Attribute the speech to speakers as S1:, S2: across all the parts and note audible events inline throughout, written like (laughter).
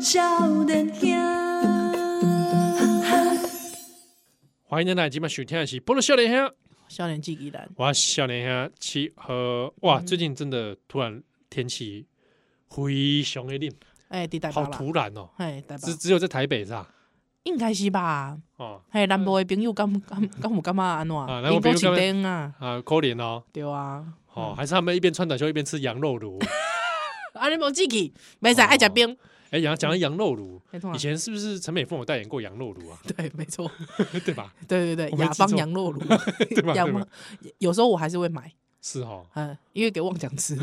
S1: 少年兄，
S2: 欢迎来今晚收听的是《菠萝笑脸兄》，
S3: 少年记忆难，
S2: 我笑脸兄七和哇，
S3: 嗯
S2: 最近真的突然天气非常的冷，
S3: 哎，伫台北
S2: 好
S3: 啦，
S2: 突然哦，
S3: 哎，台北
S2: 只只有在台北是吧？
S3: 应该是吧？
S2: 哦
S3: 嘿，南部的朋友敢敢敢有感觉安怎
S2: 啊？
S3: 因
S2: 南部朋友
S3: 是
S2: 敢
S3: 灯啊，
S2: 啊，可怜哦，
S3: 对啊，
S2: 哦，还是他们一边穿短袖一边吃羊肉
S3: (laughs)
S2: 炉。
S3: 啊，你无记记，袂使爱食冰，
S2: 哎，羊讲到羊肉炉，
S3: 没错啊
S2: 以前是不是陈美凤有代言过羊肉
S3: (laughs)
S2: 炉啊？
S3: 对，没错，
S2: 对
S3: (laughs)
S2: 吧？
S3: 对对
S2: 我
S3: 对，
S2: 没
S3: 雅
S2: 记
S3: 芳
S2: 错
S3: 羊肉炉，
S2: (laughs) 对吧？
S3: 雅
S2: 对吧
S3: 芳，有时候我还是会买，
S2: 是哦，
S3: 嗯，因为给旺讲
S2: (laughs)
S3: 吃，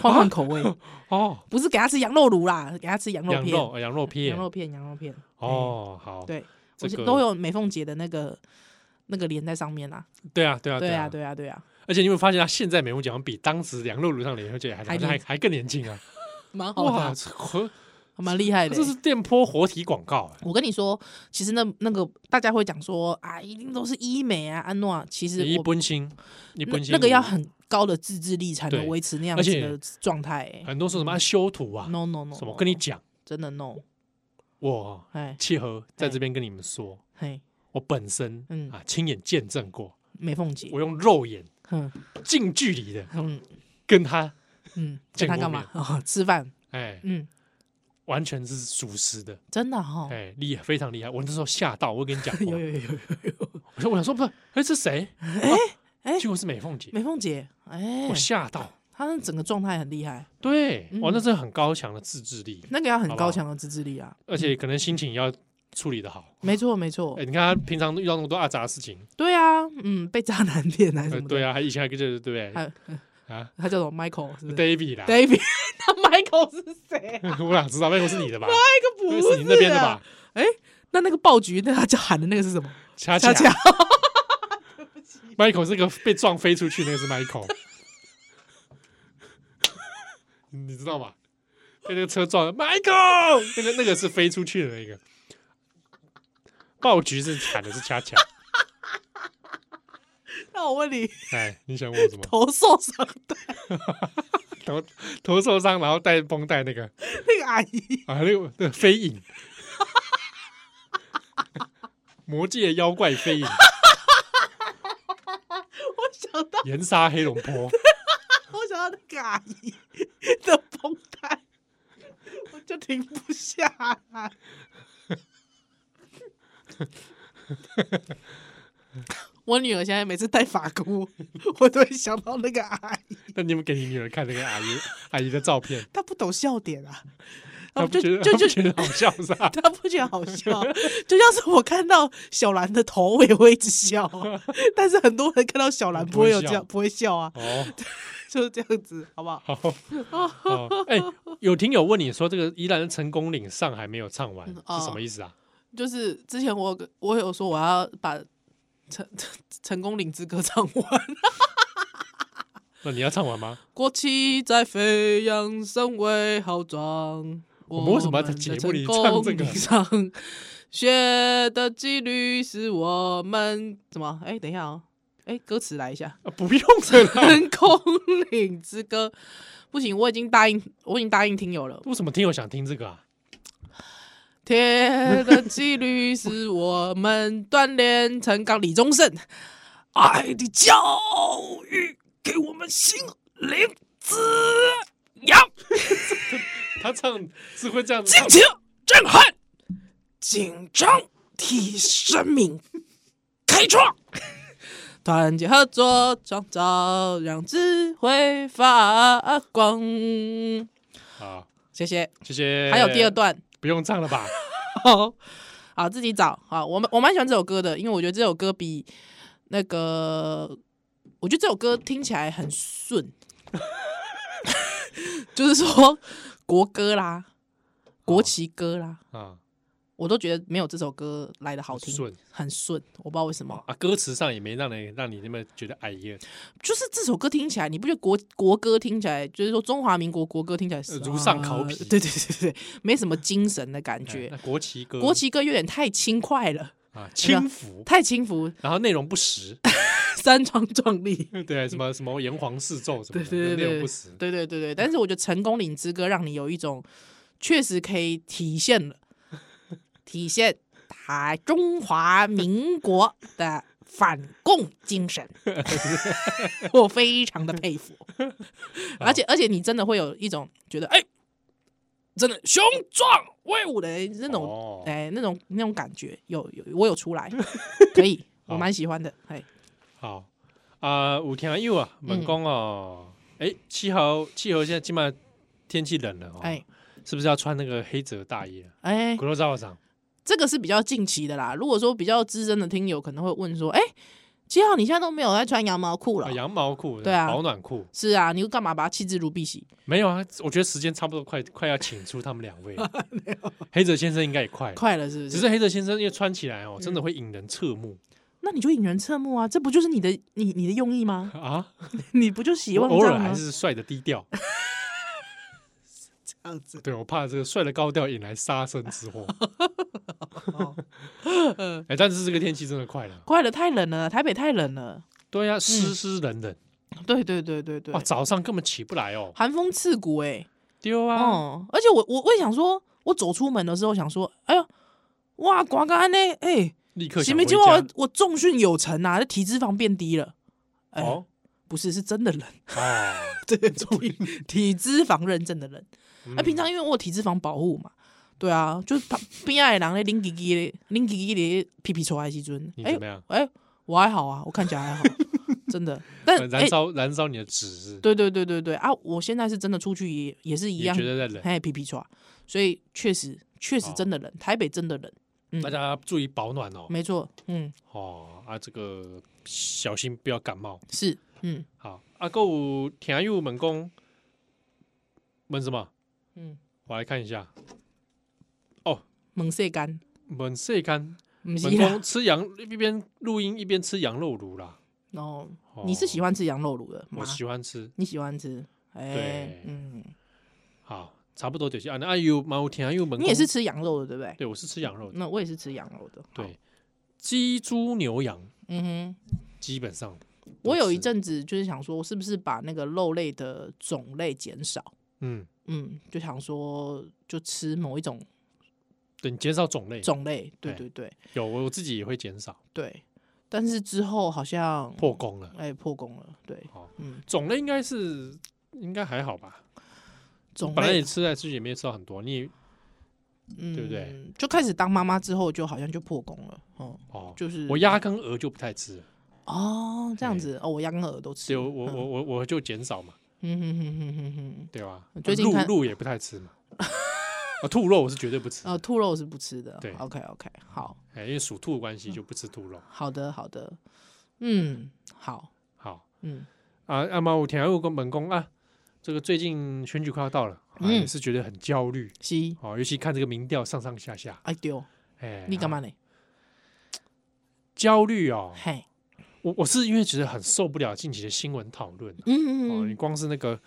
S3: 换换口味，
S2: 哦，
S3: 不是给他吃羊肉炉啦，给他吃羊肉
S2: 羊
S3: 片，
S2: 肉呃羊肉片
S3: 羊，肉片，羊肉片，
S2: 哦，好
S3: 哎，，对，
S2: 这
S3: 我是
S2: 个
S3: 都有美凤姐的那个那个连在上面啦，
S2: 对啊，对啊，
S3: 对
S2: 啊
S3: 啊，，对啊，对啊，
S2: 而且你有没有发现他现在美梦奖比当时羊肉炉上的美梦姐还
S3: 还
S2: 好像还
S3: 年
S2: 还更年轻啊？
S3: 蛮好的
S2: 哇，
S3: 啊，
S2: 这和
S3: 蛮厉害的
S2: 这
S3: 欸。
S2: 是电波活体广告哎，
S3: 我跟你说，其实那那个大家会讲说啊，一定都是医美啊，安诺啊，其实
S2: 一
S3: 我
S2: 奔心，一
S3: 那
S2: 奔心，
S3: 那个要很高的自制力才能
S2: 对
S3: 维持那样
S2: 而
S3: 子
S2: 且
S3: 的状态、欸。
S2: 很多说什么啊修图啊，
S3: no no no，
S2: 什么
S3: no，
S2: 跟你讲，
S3: 真的 no，
S2: 我
S3: 哎
S2: 契合在这边跟你们说，
S3: 嘿，
S2: 我本身
S3: 嗯
S2: 啊亲眼见证过，
S3: 美凤姐
S2: 我，用肉眼
S3: 嗯
S2: 近距离的
S3: 嗯
S2: 跟他，
S3: 嗯，
S2: 见
S3: 跟他
S2: 过
S3: 干嘛？哦， (laughs) 吃饭，
S2: 哎，
S3: 嗯，
S2: 完全是属实的，
S3: 真的哈、哦，
S2: 哎，厉害，非常厉害。我那时候吓到，我跟你讲过
S3: (laughs) 有，有有有有有，
S2: 我说我想说不是，哎，是谁？ (laughs) 哎，
S3: (laughs) 哎
S2: 结果是美凤姐，
S3: 美凤姐，哎、
S2: 我吓到。
S3: 她那整个状态很厉害，
S2: 对，哇，
S3: 嗯
S2: 那是很高强的自制力，
S3: 那个要
S2: 好
S3: 很
S2: 不好
S3: 高强的自制力啊，
S2: 而且可能心情要处理的好。
S3: 没错没错，
S2: 哎，你看他平常遇到那么多阿杂的事情，
S3: 对啊，嗯，被渣男 (laughs) 骗还是
S2: 呃
S3: 什么的，
S2: 对啊，还以前还跟着对不
S3: 还有
S2: 对啊
S3: 他叫什么 Michael 是不是？
S2: ？David 啦，
S3: David，那 (laughs) Michael 是谁啊？
S2: (laughs) 我哪知道那个是你的
S3: (laughs)
S2: 吧？
S3: 那
S2: 那
S3: 个
S2: 个是你那边的吧？？
S3: 啊那那个爆菊，那他叫喊的那个是什么？
S2: 恰恰
S3: 恰恰
S2: Michael 是个被撞飞出去，那个是 Michael，你知道吗？被那个车撞了，Michael，那个那个是飞出去的那个。爆菊是喊的是恰 (laughs) 恰，
S3: 那 (laughs) 我问你，
S2: 哎，你想问我
S3: (laughs)
S2: 什么？
S3: 头受伤的
S2: 头头受伤，然后带绷带那个
S3: 那个阿姨，
S2: 啊，那个那个飞影， (laughs) 魔界妖怪飞影，
S3: 我想到，
S2: 岩沙黑龙坡，
S3: 我想到那个阿姨的绷带，我就停不下来。我女儿现在每次戴发箍，我都会想到那个阿姨，
S2: 那你有没有给你女儿看那个阿姨阿姨的照片？
S3: 她不懂笑点啊，
S2: 她不
S3: 就
S2: 觉得
S3: 就
S2: 她不
S3: 就
S2: 觉得好笑是
S3: (laughs)
S2: 吧？
S3: 他不觉得好笑，就像是我看到小兰的头，我也会一直笑啊、 (laughs) 但是很多人看到小兰
S2: 不
S3: 不会
S2: 会
S3: 有这
S2: 笑
S3: 样，不会笑啊，
S2: 哦，
S3: 就是这样子，好不好？
S2: 好，哦哎、有听友问你说这个宜兰的成功岭上还没有唱完、
S3: 嗯哦
S2: 是什么意思啊？
S3: 就是之前我有个我有说我要把成 (laughs) 成功岭之歌唱完，
S2: 那你要唱完吗？
S3: (laughs) 国旗在飞扬，身为豪壮。
S2: 我们为什么要在节目里唱这个
S3: 上学的纪律是我们怎么？哎、等一下哦，哎、歌词来一下。
S2: 啊，不用了啦。
S3: (laughs) 成功岭之歌，不行，我已经答应，我已经答应听友了。
S2: 为什么听友想听这个啊？
S3: 铁的纪律是我们锻炼成钢。李宗盛，爱啊的教育给我们心灵滋养，
S2: 他唱是会这样子
S3: 尽
S2: 唱，
S3: 情震撼，紧张替生命开创。团结合作，创造让智慧发光。
S2: 好，
S3: 谢谢。
S2: 谢谢。
S3: 还有第二，段，
S2: (laughs) 不用唱了吧？
S3: 好，好自己找好，我们我蛮喜欢这首歌的，因为我觉得这首歌比那个，我觉得这首歌听起来很顺， (laughs) 就是说国歌
S2: 哦
S3: 啦、国旗歌啦，
S2: 啊
S3: 我都觉得没有这首歌来的好听，
S2: 顺
S3: 很顺。我不知道为什么，
S2: 啊，歌词上也没让你让你那么觉得哎呀，
S3: 就是这首歌听起来，你不觉得国国歌听起来，就是说中华民国国歌听起来是
S2: 呃如上考妣
S3: 啊对对对对，没什么精神的感
S2: 哎
S3: 觉
S2: 那。国旗歌，
S3: 国旗歌有点太轻快了，
S2: 啊，轻浮，
S3: 太轻浮，
S2: 然后内容不实， (laughs)
S3: (laughs) 山庄壮丽。
S2: 对，什么什么炎黄四胄什么
S3: 对
S2: 的，
S3: 对对
S2: 内容
S3: 对
S2: 不实，
S3: 对对对对。但是我觉得《成功岭之歌》让你有一种确实可以体现
S2: (laughs)
S3: 了体现他中华民国的反共
S2: (laughs)
S3: 精神，我非常的佩服。而且而且你真的会有一种觉得，哎、真的雄壮威武的那种，哎、
S2: 哦
S3: 那种那种感觉，有有我有
S2: (laughs)
S3: 出来，可以，我
S2: 好
S3: 蛮喜欢的。哎，
S2: 好啊，有听友
S3: 嗯
S2: 啊，问讲哦，哎，七号七号现在起码天气冷了哦，
S3: 哎，
S2: 是不是要穿那个黑泽大衣啊？
S3: 哎，
S2: 骨头罩上，
S3: 这个是比较近期的啦。如果说比较资深的听友可能会问说，哎、七号你现在都没有在穿羊毛裤了
S2: 啊，？羊毛裤，
S3: 对啊
S2: 保暖裤，
S3: 是啊，你又干嘛把它弃之如敝屣？
S2: 没有啊，我觉得时间差不多快快要请出他们两位
S3: (laughs)
S2: 了，黑泽先生应该也快了，
S3: 快了是不
S2: 只
S3: 是？
S2: 是黑泽先生因为穿起来哦，
S3: 嗯
S2: 真的会引人侧目
S3: 那你就引人侧目啊，这不就是你的你你的用意吗？
S2: (laughs) 啊，
S3: 你不就希
S2: 我
S3: 望
S2: 偶
S3: 这
S2: 尔
S3: 样吗
S2: 还？是帅的低调，
S3: (laughs) 这样子，
S2: 对我怕这个帅的高调引来杀身之祸。
S3: 哦
S2: (laughs) 哎，但是这个天气真的快了，
S3: 快了太冷了，台北太冷了。
S2: 对呀，湿湿冷冷，
S3: 对对对对嗯对
S2: 哇，，早上根本起不来哦，
S3: 寒风刺骨哎、
S2: 丢啊，
S3: 哦、而且我我我也想说，我走出门的时候想说，哎呦，哇，刮干呢，哎、
S2: 立刻想
S3: 行不
S2: 回
S3: 行？我
S2: 家。
S3: 我重训有成啊，这体脂肪变低了。哎、
S2: 哦
S3: 不是，是真的冷，
S2: 哦，
S3: (laughs) 对，体体脂肪认证的人。啊
S2: 嗯
S3: 哎那、平常因为我有体脂肪保护嘛，对啊，就是旁边爱人咧拎鸡鸡咧，拎鸡鸡咧屁屁出来的时阵，
S2: 你
S3: 哎、
S2: 怎么样？
S3: 哎、我还好啊，我看起来还好， (laughs) 真的。但
S2: 呃
S3: 哎
S2: 燃烧燃烧你的纸是，
S3: 对对对对对啊！我现在是真的出去也也是一
S2: 也
S3: 样
S2: 觉，得在冷。
S3: 嘿，皮皮抓，所以确实确实
S2: 哦
S3: 真的冷，台北真的冷，嗯
S2: 大家注意保暖哦，
S3: 没错，嗯，
S2: 哦啊，这个小心不要感冒。
S3: 是，嗯
S2: 好，啊，购有听友们讲问什么？
S3: 嗯，
S2: 我来看一下。
S3: 猛晒干，
S2: 问谁干？
S3: 不是啊
S2: 问
S3: 啦
S2: 讲，吃羊，一边录音一边吃羊肉炉啦。
S3: 哦，
S2: 哦
S3: 你是喜？欢吃羊肉卤的吗
S2: 我？喜欢吃。
S3: 你喜欢吃？哎
S2: 对，
S3: 嗯，
S2: 好，差不多就是啊。那啊有嘛有听友们，
S3: 你也是？吃嗯羊肉的对不对？
S2: 对，我是吃羊肉的。
S3: 那我也是吃羊肉的，好，
S2: 对，鸡、猪、牛、羊，
S3: 嗯
S2: 基本上
S3: 哼，我有一
S2: 吃
S3: 阵子就是想说，是不是把那个肉类的种类减少？
S2: 嗯，
S3: 嗯，就想说就吃某一种
S2: 对，你减少种类。
S3: 种类，对
S2: 哎
S3: 对对。
S2: 有，我自己也会减少
S3: 对，但是之后好像
S2: 破功了。
S3: 哎、破功了，对，
S2: 哦
S3: 嗯，
S2: 种类应该是应该还好吧？
S3: 种
S2: 本来
S3: 类
S2: 你吃来吃去也没吃到很多，你也
S3: 嗯，
S2: 对不对？
S3: 就开始当妈妈之后，就好像就破功了，哦，
S2: 哦，
S3: 就是
S2: 我鸭跟鹅就不太吃了，
S3: 哦这样
S2: 哎
S3: 子哦，我鸭跟鹅
S2: 所
S3: 都吃，
S2: 以我我
S3: (laughs)
S2: 我我我就减少嘛，
S3: 嗯哼哼哼哼哼，
S2: 对吧？啊
S3: 最近
S2: 鹿
S3: 看
S2: 鹿也不太吃
S3: (laughs)
S2: 嘛，啊，兔肉我是绝对不吃，
S3: 呃，兔肉是不吃的，
S2: 对
S3: ，OK OK，好，
S2: 哎，因为属兔的关
S3: 嗯
S2: 系就不吃兔肉。
S3: 好的好的，嗯，好，
S2: 好
S3: 嗯，
S2: 啊，阿妈，我听我跟本宫啊，这个最近选举快要到了，啊，
S3: 嗯
S2: 也是觉得很焦虑
S3: 西，
S2: 哦，尤其看这个民调上上下下，
S3: 哎丢，
S2: 哎，
S3: 你干
S2: 啊
S3: 嘛呢？
S2: 焦虑哦？
S3: 嘿，
S2: 我我是因为觉得很受不了近期的新闻讨论啊。哦，
S3: 嗯嗯
S2: 你
S3: 嗯，
S2: 光是那个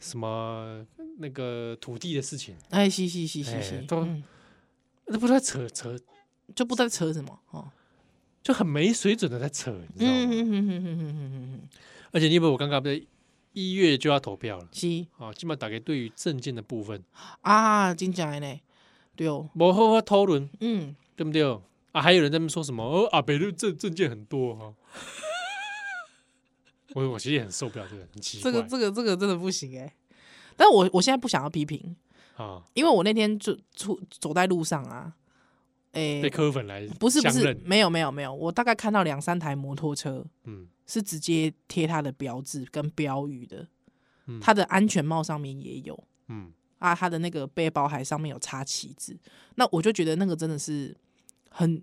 S2: 什么那个土地的事情，
S3: 哎西西西西
S2: 哎
S3: 西，
S2: 都
S3: 嗯
S2: 那不是在扯扯，
S3: 就不知道扯什么哦，
S2: 就很没水准的在扯，你知道
S3: 嗯
S2: 吗？
S3: 哼哼哼哼哼哼哼哼，
S2: 而且因为我刚刚不是一月就要投票了
S3: 西。
S2: 啊，基本上大概对于证件的部分，
S3: 啊，真假的呢？对哦，
S2: 我好好讨论，
S3: 嗯，
S2: 对不对？啊，还有人在那边说什么哦，啊，北路证证件很多
S3: (laughs)
S2: 哈、哦。我我其实也很受不了这个，很奇
S3: 这
S2: 怪、
S3: 个这个这个真的不行哎、但我我现在不想要批评，
S2: 啊，
S3: 因为我那天就出走在路上啊，哎、
S2: 被柯粉来
S3: 不是不
S2: 相
S3: 是，
S2: 认，
S3: 没有没有没有，我大概看到两三台摩托车
S2: 嗯，
S3: 是直接贴它的标志跟标语的
S2: 嗯，
S3: 它的安全帽上面也有
S2: 嗯
S3: 啊，它的那个背包还上面有插旗帜，那我就觉得那个真的是很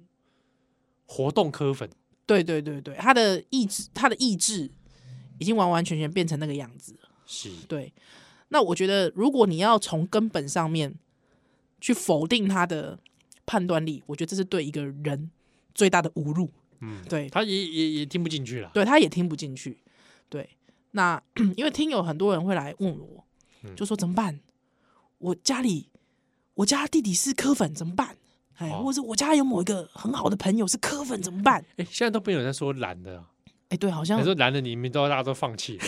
S2: 活动柯粉，
S3: 对对对对，他的意志他的意志已经完完全全变成那个样子了
S2: 是
S3: 对，那我觉得如果你要从根本上面去否定他的判断力，我觉得这是对一个人最大的侮辱。
S2: 嗯，
S3: 对，
S2: 他也也也听不进去了，
S3: 对，他也听不进去。对，那 (clears throat) 因为听友很多人会来问我，
S2: 嗯
S3: 就说怎么办？我家里我家弟弟是柯粉怎么办？哎，
S2: 哦
S3: 或者我家有某一个很好的朋友是柯粉怎么办？
S2: 哎，现在都没有人在说懒的、啊。
S3: 哎，对，好像
S2: 你说男的，你们都大家都放弃了，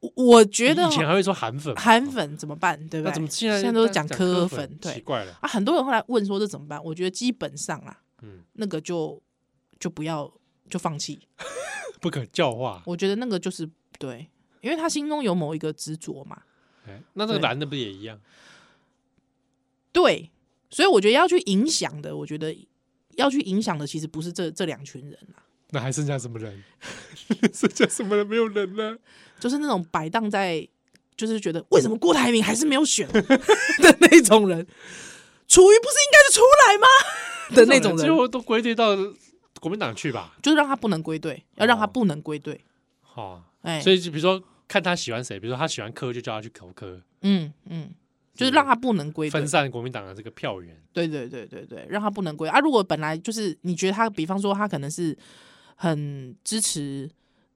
S3: 我我觉得
S2: 以前还会说韩粉嘛，
S3: 韩粉怎么办？对不
S2: 那
S3: 对？
S2: 怎么现在
S3: 现在都是
S2: 讲
S3: 讲
S2: 科
S3: 科粉对
S2: 奇怪了，
S3: 啊？很多人后来问说这怎么办？我觉得基本上啦，
S2: 嗯，
S3: 那个就就不要就放弃。
S2: (laughs) 不可教化。
S3: 我觉得那个就是对，因为他心中有某一个执着嘛。
S2: 哎那这个
S3: 对
S2: 男的不是也一样？
S3: 对，所以我觉得要去影响的，我觉得要去影响的其实不是这这两群人啊，
S2: 那还剩下什么人？ (laughs) 剩下什么人？没有人了。
S3: 就是那种摆荡在，就是觉得为什么郭台铭还是没有选的那种人，楚瑜不是应该是出来吗的那种
S2: 最
S3: 人，
S2: 后都归队到国民党去吧。
S3: 就是让他不能归队，要让他
S2: 哦
S3: 不能归队。
S2: 哦，
S3: 哎，
S2: 所以就比如说看他喜欢谁，比如说他喜欢柯，就叫他去投柯，
S3: 嗯嗯，就是让他不能归队
S2: 分。散国民党的这个票源。
S3: 对对对对对，让他不能归啊。如果本来就是你觉得他，比方说他可能是很支持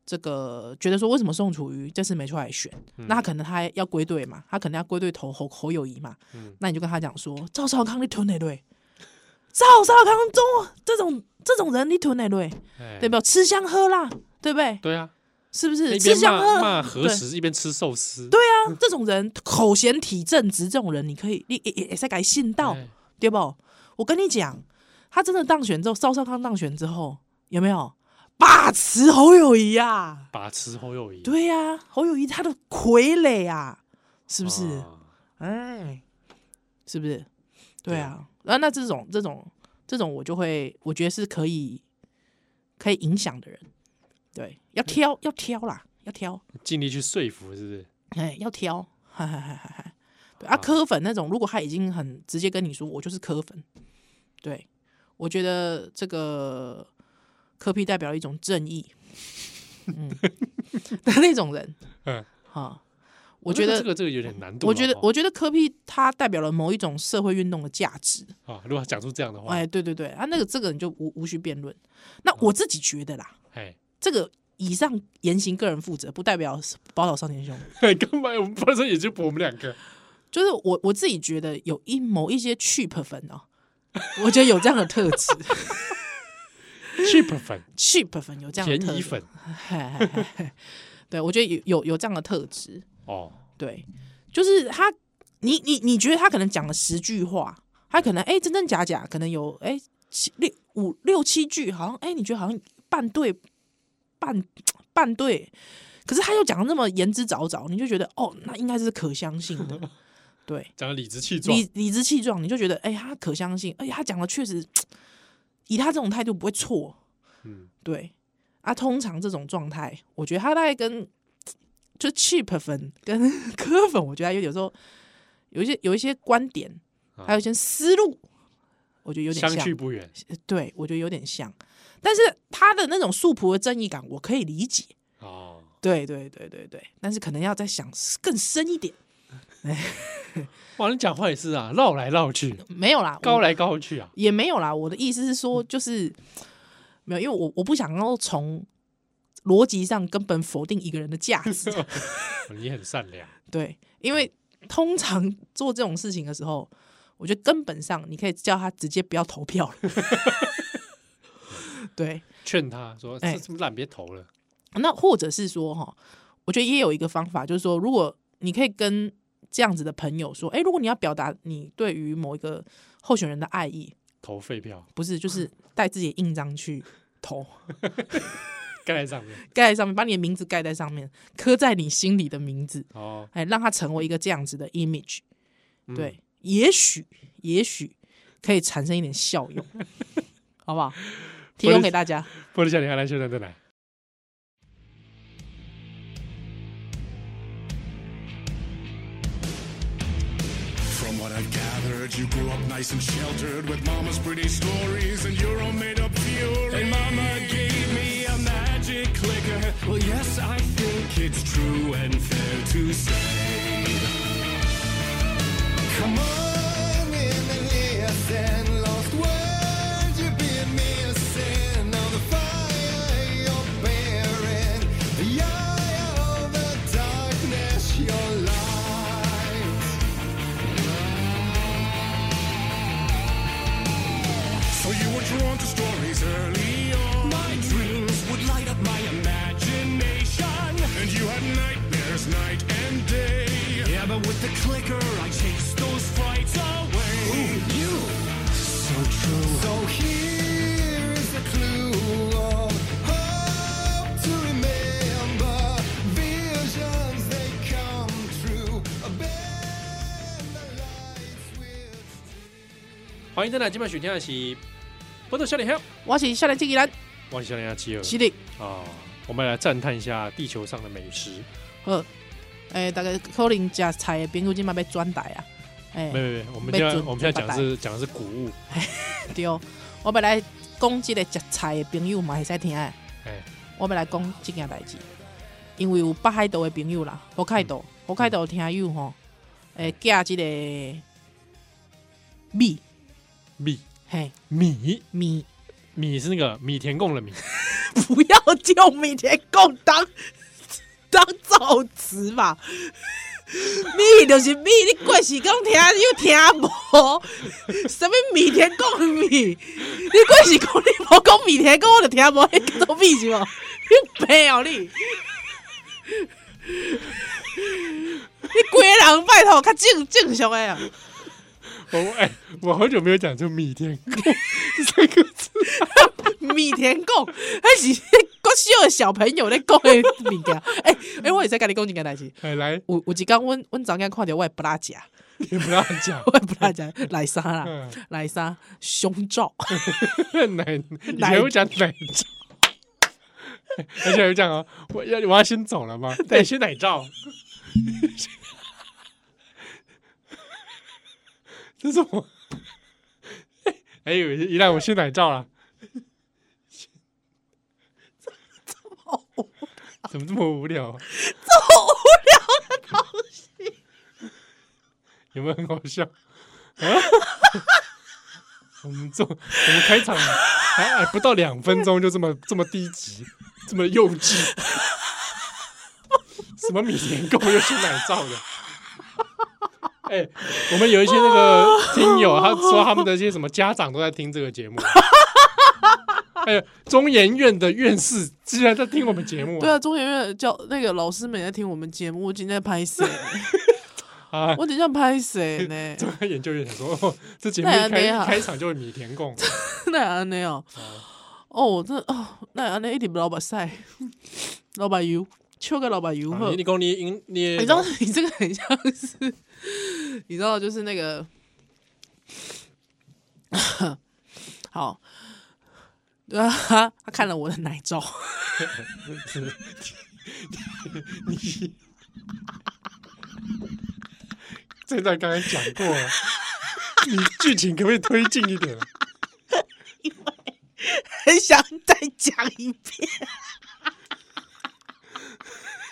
S3: 这个，觉得说为什么宋楚瑜这次没出来选，那他可能他要归队嘛，他可能要归队投侯侯友谊嘛，
S2: 嗯
S3: 那你就跟他讲说，赵少康你吞哪队？赵少康中这种这种人你吞哪队？
S2: 哎
S3: 对不对？吃香喝辣，对不对？
S2: 对啊，
S3: 是不
S2: 一
S3: 是吃
S2: 边
S3: 香
S2: 骂
S3: 喝
S2: 骂
S3: 辣？
S2: 核实，一边吃寿司。
S3: 对啊，这种人口嫌体正直，这种人你可以你也也也在改信道。
S2: 哎
S3: 对不？我跟你讲，他真的当选之后，赵少康当选之后，有没有把持侯友谊啊？
S2: 把持侯友谊，
S3: 对呀、侯友谊他的傀儡啊，是
S2: 是
S3: 不是？
S2: 啊
S3: 哎、是不是？对
S2: 对
S3: 啊，那那这种这种这种，我就会我觉得是可以可以影响的人，对，要挑要挑啦，要挑，
S2: 尽力去说服，是不是？
S3: 哎，要挑，哈哈哈哈哈。对啊，
S2: 好
S3: 科粉那种，如果他已经很直接跟你说我就是科粉，对我觉得这个科批代表一种正义，嗯 (laughs) 的那种人
S2: 嗯，
S3: 哈，我觉
S2: 这
S3: 得，
S2: 个这个有点难度了哦。
S3: 我觉得，我觉得科批他代表了某一种社会运动的价值，
S2: 啊，如果讲出这样的话，
S3: 哎，对对对，啊，那个这个你就无无需辩论。
S2: 嗯
S3: 那我自己觉得啦，
S2: 哎，
S3: 这个以上言行个人负责，不代表宝岛少年兄。
S2: (laughs) 干嘛？我们本身也就我们两
S3: (laughs)
S2: 个，
S3: 就是我我自己觉得有一某一些 cheap 粉哦，我觉得有这样的特质
S2: (laughs) cheap 粉、
S3: ，cheap 粉有这样的
S2: 便
S3: 特
S2: 宜
S3: 质，
S2: 粉
S3: 对我觉得有有有这样的特质，
S2: 哦，
S3: 对，就是他，你你你觉得他可能讲了十句话，他可能哎、真真假假，可能有哎、七六五六七句，好像哎、你觉得好像半对半半对，可是他又讲的那么言之凿凿，你就觉得哦，那应该是可相信
S2: (laughs)
S3: 的，对。
S2: 讲的理直气壮，
S3: 理理直气壮，你就觉得哎、他可相信，而且他讲的确实，以他这种态度不会错，
S2: 嗯，
S3: 对啊。通常这种状态，我觉得他大概跟就 cheap 粉跟 (laughs) 科粉，我觉得他有有时候有一些有一些观点，
S2: 啊
S3: 还有一些思路，我觉得有点
S2: 相去
S3: 像，
S2: 不
S3: (laughs)
S2: 远
S3: 对我觉得有点像，但是他的那种素朴的正义感，我可以理解，
S2: 哦。
S3: 对对对对对，但是可能要再想更深一点，
S2: 哇，你讲话也是啊，绕来绕
S3: (laughs)
S2: 去，
S3: 没有啦，
S2: 高来高去啊，
S3: 也没有啦，我的意思是说，就是没有，因为我我不想要从逻辑上根本否定一个人的价值，
S2: 哦你很善良，
S3: 对，因为通常做这种事情的时候，我觉得根本上你可以叫他直接不要投票了，对，
S2: 劝他说
S3: 哎
S2: 这这么烂别投了，
S3: 那或者是说哈，我觉得也有一个方法，就是说，如果你可以跟这样子的朋友说，哎、如果你要表达你对于某一个候选人的爱意，
S2: 投废
S3: (laughs)
S2: 票
S3: 不是就是带自己的印章去投。
S2: 盖在上面
S3: 盖在上面，把你的名字盖在上面，刻在你心里的名字， (laughs)
S2: 哦，
S3: 哎，让它成为一个这样子的 image。
S2: 嗯
S3: 对，也许也许可以产生一点效
S2: (laughs)
S3: 用，好不好？提供给大家。
S2: 玻璃小女孩来宣传再来。
S1: From what I've gathered, you grew up nice and sheltered with mama's pretty stories and your own made up fury. And mama gave me a magic clicker. Well, yes, I think it's true and fair to say. Come on in and listen, lost words you've been missing. Now the fire you're bearing, the eye of the darkness, your light. So you were drawn to stories early on. My dreams would light up my imagination. And you had nightmares night With the clicker, I chase those frights away. Ooh, you, so true. So here is the clue. of hope to remember. Visions they come true. Abandon the lights with
S2: 欢迎登来，今晚收听的是《波多少年香》，
S3: 我是少年纪依然
S2: 我是少年香七
S3: 是
S2: 儿
S3: 的，
S2: 啊。我们来赞叹一下地球上的美食。
S3: 呃，诶、大概可能食菜的朋友今嘛要转台啊，诶、
S2: 没有没有，我们
S3: 被
S2: 现在
S3: 准
S2: 我们现在讲的
S3: 准
S2: 是讲的是谷物，
S3: 对，哦我本来讲这个食菜的朋友嘛会使听的，
S2: 哎，
S3: 我本来讲这件代志，因为有北海道的朋友啦，北海道，北海道听友吼，诶、寄这个米，
S2: 米
S3: 嘿，
S2: 米
S3: 米，
S2: 米是那个米田共的米，
S3: 不要叫米田共当当造词嘛。米就是米，你过时讲听又听无，什么米田共的米，你过时讲你无讲米田共，我就听无，你叫做米是无？你有病哦你！你规个人拜托，较正正常诶啊！
S2: 我哎、我好久没有讲出米田共这个字，
S3: 米田共，迄是国小的小朋友咧讲诶物件。诶、欸、诶、我会使甲你讲一件代志。
S2: 哎来，
S3: 有有一天，阮阮昨天看到我的布拉夹，
S2: 你不要讲，
S3: 我的布拉夹奶衫啦
S2: 嗯，
S3: (laughs) 奶衫胸罩，
S2: (laughs) 奶，以
S3: 奶
S2: 前会讲奶罩， (laughs) 而且还会讲哦，我要我要先走了吗？对，先奶罩， (laughs) 这是我， (laughs) 哎、有一旦我先奶罩了，怎么这么无聊啊？这 (laughs) 么无聊的东西，有没有很好笑？ (laughs) 我们做我们开场还还不到两分钟就这么这么低级，这么幼稚， (laughs) 什么米田共又是奶罩的？哎、我们有一些那个听友，他说他们的一些什么家长都在听这个节目。哎呀，中研院的院士竟然在听我们节目
S3: (laughs) 对啊，中研院的教那个老师们也在听我们节目，今天拍谁？
S2: 啊！
S3: 我等一下拍谁呢？
S2: 中央研究院想说，哦，这节目
S3: 那也
S2: 一开
S3: 很好
S2: 一开场就是米田共，
S3: (laughs) 那安尼哦，哦，我真的哦，那安尼一直老板晒， (laughs) 老板油，笑个老板油
S2: 啊
S3: 呵
S2: 你。你讲你你你
S3: 你知道你这个很像是，你知道就是那个， (laughs) 好， (laughs) 对啊，他他看了我的奶罩，
S2: 你这段刚才讲过了，你剧情可不可以推进一点？啊
S3: 很想再讲一遍， (laughs)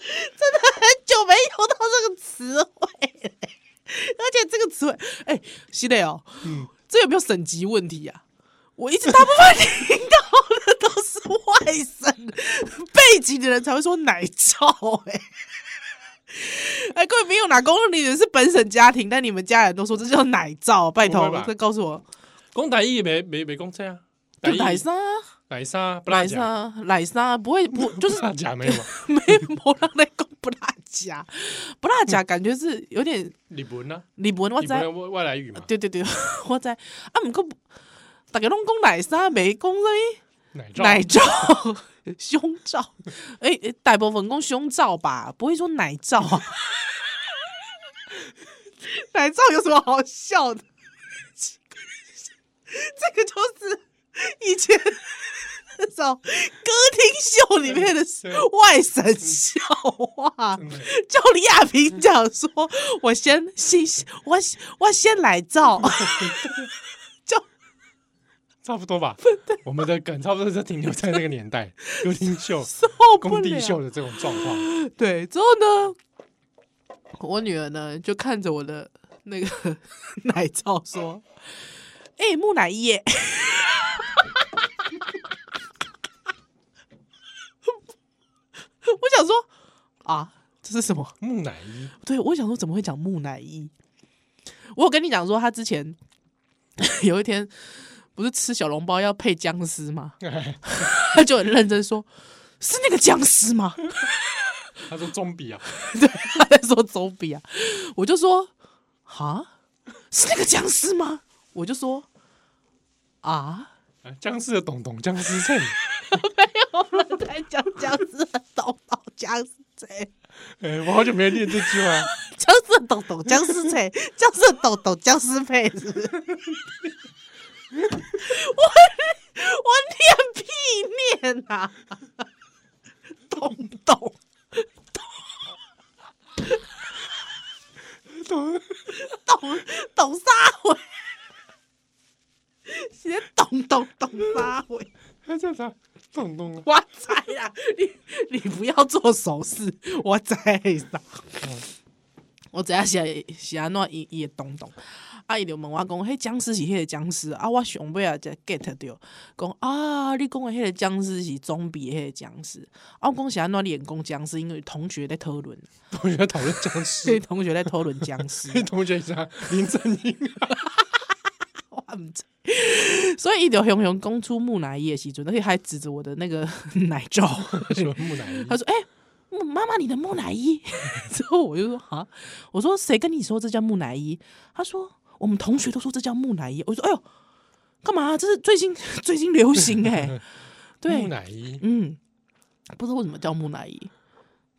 S3: 真的很久没用到这个词汇了，而且这个词汇，哎、西磊哦，
S2: 嗯
S3: 这有没有省级问题啊？我一直大部分听到的都是外省背景的人才会说奶罩、哎。哎，各位朋友，哪公你们是本省家庭，但你们家人都说这叫奶罩，拜
S2: 不会
S3: 托
S2: 吧，
S3: 这告诉我，
S2: 讲台语没没没讲这啊？
S3: 就
S2: 台
S3: 奶
S2: 语
S3: 沙啊，
S2: 奶沙不拉
S3: 奶
S2: 讲，
S3: 沙，奶沙不会不就是
S2: 不拉讲没有嘛？
S3: 没没人在讲不辣夹，不辣夹感觉是有点
S2: 日本啊，
S3: 日本我
S2: 日
S3: 知，
S2: 本外外来语嘛，
S3: 对对对，我知啊，毋过大家拢讲奶沙，没讲啥
S2: 奶
S3: 物
S2: 罩
S3: 奶罩、 (laughs) 胸罩，诶、诶大部分讲胸罩吧，不会说奶
S2: (laughs)
S3: 罩啊。奶罩有什么好笑的？ (laughs) 这个就是以前 (laughs) 那种歌厅秀里面的外省笑话。就李亚平讲说：“我先先我我先来照。”
S2: (laughs)
S3: 就
S2: 差不多吧。我们的梗差不多是停留在那个年代，歌厅秀、
S3: 受不
S2: 工地秀的
S3: 了。
S2: 这种状况。
S3: 对，之后呢，我女儿呢就看着我的那 (laughs) 个奶罩说：“哎、木乃伊耶。”我想说啊，这是什么？
S2: 木乃伊，
S3: 对，我想说怎么会讲木乃伊？我有跟你讲说，他之前有一天不是吃小笼包要配姜 (laughs) 丝吗？他就很认真说：“是那个僵尸吗？”
S2: 他说中比啊，
S3: (laughs) 他在说周笔啊，我就说哈，是那个僵尸吗？我就说啊，
S2: 啊僵尸的董董僵尸称，
S3: 我在讲僵尸的懂懂僵尸贼，
S2: 哎，我好久没有念这句话，
S3: 僵尸的懂懂僵尸贼，僵尸的懂懂僵尸配是不是？我我念屁念啊，懂懂
S2: (laughs) 董
S3: 懂懂啥回？写懂懂懂啥回？
S2: 他叫啥董董啊？
S3: 我猜啦，你你不要做手势，我猜啦。我知影是是安怎伊伊会懂懂，啊伊就问我讲，迄僵尸是迄个僵尸啊，我上尾啊才 get 着，讲啊你讲的迄个僵尸是总比迄个僵尸，啊我讲是安怎你会讲僵尸，因为同学在讨论，
S2: 同学讨论僵
S3: 所以
S2: 尸，
S3: 同学在讨论僵尸啊、 (laughs)
S2: 同学是啥林正英啊，
S3: 我也不知。所以伊就雄雄讲出木乃伊的时阵，而且还指着我的那个 (laughs) 奶罩，
S2: (laughs) 喜欢木乃伊
S3: 他说：“哎、木妈妈，你的木乃伊。” (laughs) 之后我就说：“啊，我说谁跟你说这叫木乃伊？”他说：“我们同学都说这叫木乃伊。”我说：“哎呦，干嘛、这是最近 (laughs) 最近流行哎、
S2: (laughs) 木
S3: 对，
S2: 乃伊，哎
S3: 嗯，不知道为什么叫木乃伊，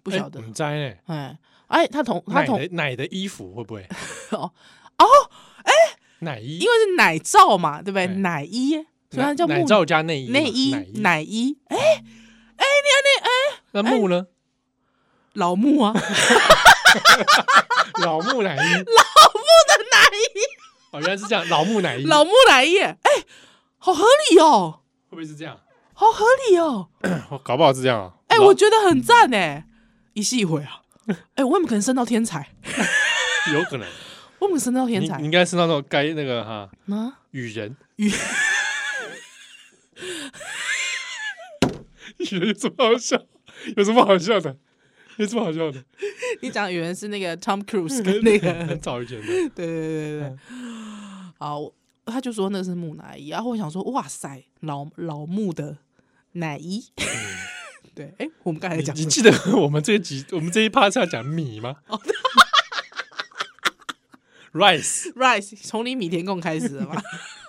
S3: 不晓得
S2: 我。们摘呢，
S3: 哎、哎，他同他
S2: 奶
S3: 同
S2: 的奶的衣服会不会
S3: (laughs) 哦，哎
S2: 奶衣？
S3: 因为是奶罩嘛，对不对？
S2: 哎
S3: 奶衣，所以
S2: 奶
S3: 它叫木
S2: 奶罩加内衣嘛，
S3: 内衣
S2: 奶衣
S3: 奶哎衣。哎、
S2: 那木呢？
S3: 老木
S2: (laughs)
S3: 啊，
S2: 老木乃
S3: (laughs)
S2: 伊，
S3: 奶衣，
S2: 哦，原来是这样，老木乃伊，
S3: 老木乃伊。哎、好合理哦，
S2: 会不会是这样？
S3: 好合理哦。”
S2: (laughs) 搞不好是这样啊。
S3: 哎、我觉得很赞哎、一戏一回啊！ (laughs) 哎、我有没有可能升到天才？
S2: 有可能，
S3: 我有没有可能升到 (laughs) 天
S2: 你你
S3: 才
S2: 应该是那种该那个哈
S3: 啊？
S2: 雨人，
S3: 雨
S2: (laughs) 雨人有什么好笑？有什么好笑的？有什么好笑的？
S3: 你讲的语言是那个 Tom
S2: (laughs)
S3: Cruise 跟那个， (laughs)
S2: 很早以前的，
S3: 对对对对对。
S2: 嗯
S3: 好，我他就说那是木乃伊，然后我想说，哇塞，老老木的乃伊。 (laughs) 对，哎、我们刚才
S2: 你
S3: 讲
S2: 嗯你
S3: 什么哦
S2: 记得 (laughs) 我们这一集，我们这一趴是要讲米吗？Rice，
S3: rice 从你米田共开始的嘛。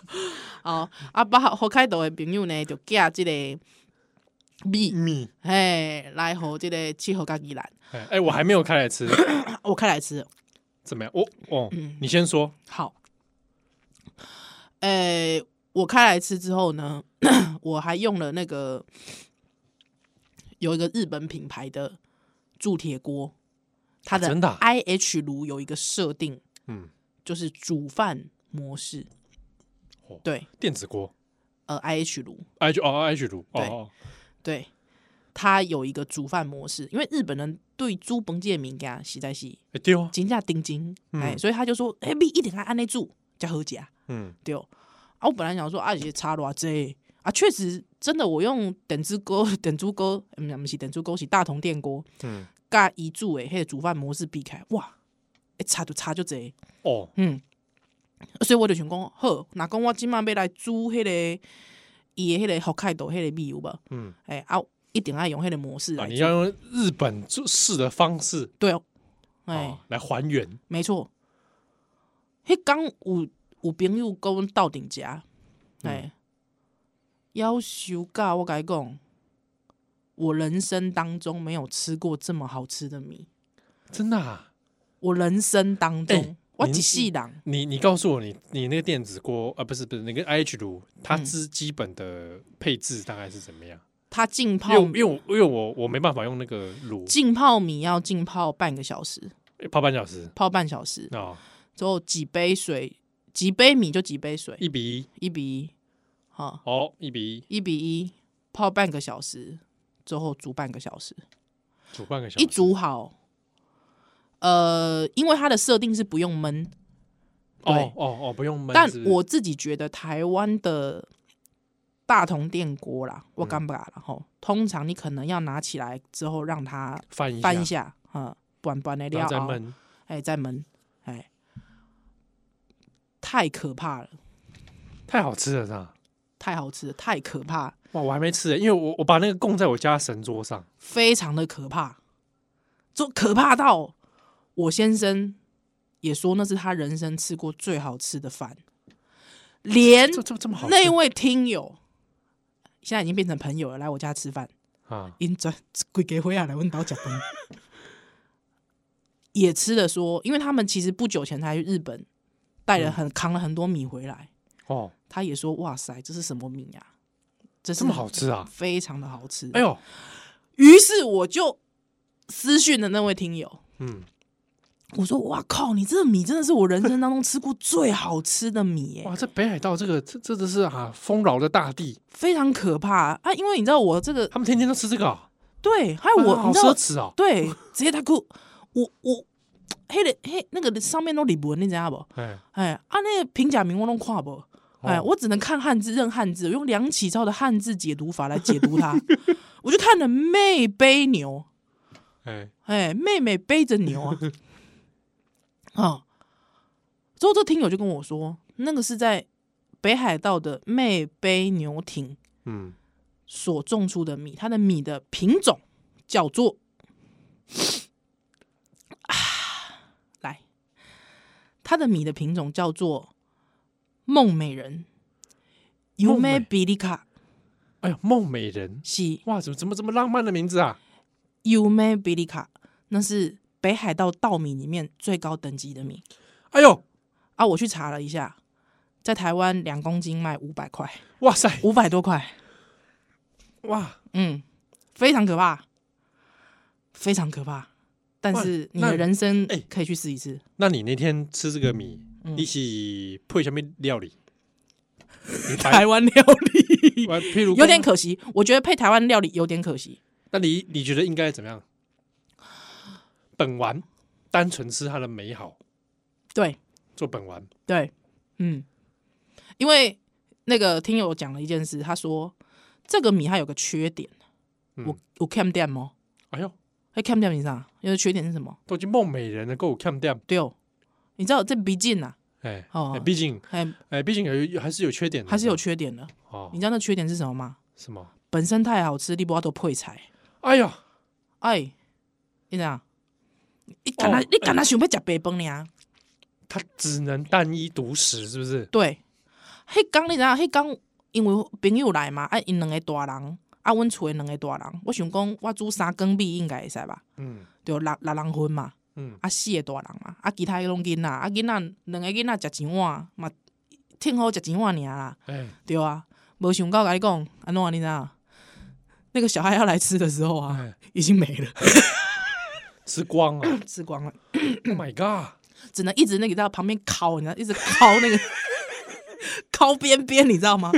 S3: (laughs) 哦，啊，把好开头的朋友呢，就寄这个米，
S2: 米，
S3: 嘿，来和这个七号甲宜兰，
S2: 哎、哎我还没有开来吃，
S3: 啊我开来吃。
S2: 怎么样？哦哦，
S3: 嗯
S2: 你先说，
S3: 好，诶、我开来吃之后呢，我还用了那个有一个日本品牌的铸铁锅，它的
S2: 真的啊
S3: IH 炉有一个设定，
S2: 嗯，
S3: 就是煮饭模式。
S2: 哦
S3: 对，
S2: 电子锅
S3: 呃，IH 炉，
S2: ，H 哦 H 炉，哦
S3: 对
S2: 哦，
S3: 对，它有一个煮饭模式，因为日本人对猪本界敏感，实在是
S2: 哎丢啊，
S3: 金价定金，
S2: 嗯
S3: 哎、所以他就说，哎、你一定要按内煮才好食。
S2: 嗯，
S3: 对哦，啊，我本来想说啊，也差偌济啊，确实真的，我用电子锅、电子锅，嗯，不是电子锅，是大同电锅，
S2: 嗯，
S3: 甲一煮诶，迄个煮饭模式避开，哇，一差就差就济，
S2: 哦，
S3: 嗯，所以我就想讲，好，若讲我即满要来煮迄、个伊诶迄个福开豆迄个米有无？
S2: 嗯，
S3: 诶、啊，一定要用迄个模式
S2: 啊，
S3: 来
S2: 你
S3: 煮，
S2: 要用日本做事的方式
S3: 对哦，哎、
S2: 哦来还原，
S3: 没错。迄工有有朋友跟阮斗阵食，
S2: 嗯
S3: 哎、夭寿噶，我甲你讲，我人生当中没有吃过这么好吃的米，
S2: 真的啊。
S3: 我人生当中，
S2: 哎
S3: 我
S2: 您
S3: 一
S2: 是
S3: 世人，
S2: 你你告诉我你，你那个电子锅啊，不是不是那个 IH 炉，它
S3: 嗯
S2: 之基本的配置大概是怎么样？
S3: 它浸
S2: 因为
S3: 泡
S2: 我因为我因为我我没办法用那个炉
S3: 浸泡米要浸泡半个小时，
S2: 泡半小时
S3: 泡半小时，
S2: 哦，
S3: 之后几杯水，几杯米就几杯水，
S2: 一比一
S3: 一比一，好，
S2: 哦，一比一
S3: 一比一泡半个小时，之后煮半个小时。
S2: 煮半个小时，
S3: 一煮好，呃，因为它的设定是不用焖，
S2: 哦哦哦，不用焖
S3: 但
S2: 是不是
S3: 我自己觉得台湾的大同电锅啦，我干不啦，然
S2: 嗯
S3: 后通常你可能要拿起来之后让它
S2: 翻一
S3: 翻一下，嗯，短短的
S2: 然
S3: 料
S2: 后再
S3: 熬，
S2: 焖，
S3: 哎，再焖，哎，太可怕了，
S2: 太好吃了是吧？
S3: 太好吃了，太可怕了，
S2: 欸哇，我还没吃耶，因为我我把那个供在我家神桌上，
S3: 非常的可怕，就可怕到我先生也说那是他人生吃过最好吃的饭，连
S2: 这这这么好吃
S3: 那位听友现在已经变成朋友了，来我家吃饭，
S2: 啊？
S3: 因转鬼给回来来问到讲饭，也吃的说，因为他们其实不久前才去日本，带
S2: 嗯
S3: 了很扛了很多米回来，
S2: 哦，
S3: 他也说哇塞，这是什么米呀、这是
S2: 这么好吃啊！
S3: 非常的好吃。
S2: 哎呦，
S3: 于是我就私讯的那位听友，
S2: 嗯，
S3: 我说：“哇靠，你这个米真的是我人生当中吃过最好吃的米、耶，
S2: 哇，这北海道这个这这真是啊丰饶的大地，
S3: 非常可怕啊！因为你知道我这个
S2: 他们天天都吃这个啊，
S3: 对，还有我、
S2: 啊好
S3: 你知
S2: 奢
S3: 道
S2: 侈哦。
S3: 对，直接他哭，我我黑的黑那个上面都李文，你知道不？
S2: 哎，
S3: 哎啊，那个平假名我都看不。”哎，
S2: 哦
S3: 我只能看汉字，认汉字，我用梁启超的汉字解读法来解读它。 (laughs) 我就看了妹背牛，
S2: 哎，
S3: 哎，妹妹背着牛啊，啊！之后这听友就跟我说，那个是在北海道的妹背牛亭
S2: 嗯，
S3: 所种出的米，它的米的品种叫做啊，来，它的米的品种叫做梦美人，尤
S2: 梦
S3: 美
S2: 美
S3: 比利卡
S2: 哎呦，梦美人，
S3: 西。
S2: 哇，怎么怎么这么浪漫的名字啊？
S3: u m e b i l i k a 那是北海道稻米里面最高等级的米
S2: 哎呦，
S3: 啊！我去查了一下，在台湾两公斤卖五百块，
S2: 哇塞，
S3: 五百多块，
S2: 哇，
S3: 嗯，非常可怕，非常可怕。但是你
S2: 那
S3: 的人生
S2: 哎
S3: 可以去试一试，
S2: 那你那天吃这个米，
S3: 嗯
S2: 一起配什么料理？你
S3: (laughs) 台湾料理
S2: 完譬如
S3: 有点，可惜，我觉得配台湾料理有点可惜。
S2: 那你你觉得应该怎么样？本丸单纯吃它的美好，
S3: 对
S2: 做本丸
S3: 对，嗯，因为那个听友讲了一件事，他说这个米它有个缺点，
S2: 嗯
S3: 我我哦看不见吗？
S2: 哎呦，
S3: 会看不掉你啥？因为缺点是什么？
S2: 都已经梦美人了，够看不掉。
S3: 对哦，你知道这毕竟呐，
S2: 哎，
S3: 哦
S2: 哎毕竟
S3: 还
S2: 哎，毕竟有还是有缺点的，
S3: 还是有缺嗯点的。
S2: 哦
S3: 你，知道那缺点是什么吗？
S2: 什么？
S3: 本身太好吃，你不要都配菜。
S2: 哎呦，
S3: 哎，你怎样？你敢他、
S2: 哦
S3: 你敢他想要食白饭呢？
S2: 它只能单一独食，是不是？
S3: 对，迄工你知影？迄工因为朋友来嘛，啊，因两个大人，啊，阮厝的两个大人，我想讲我煮三更米应该会使吧？
S2: 嗯
S3: 对，六六人份嘛，
S2: 嗯，
S3: 啊，四个大人嘛，啊，其他迄拢囡仔，啊，囡仔两个囡仔食一碗嘛，挺好食一碗尔啦。
S2: 哎，
S3: 对啊，没想到跟你讲，安诺你知道，那个小孩要来吃的时候啊，
S2: 哎
S3: 已经没了，
S2: 吃光
S3: (coughs)
S2: 啊
S3: 吃光了，
S2: ！Oh my
S3: (coughs)
S2: god！
S3: 只能一直那个在旁边烤，你知道，一直烤那个烤边边，你知道吗？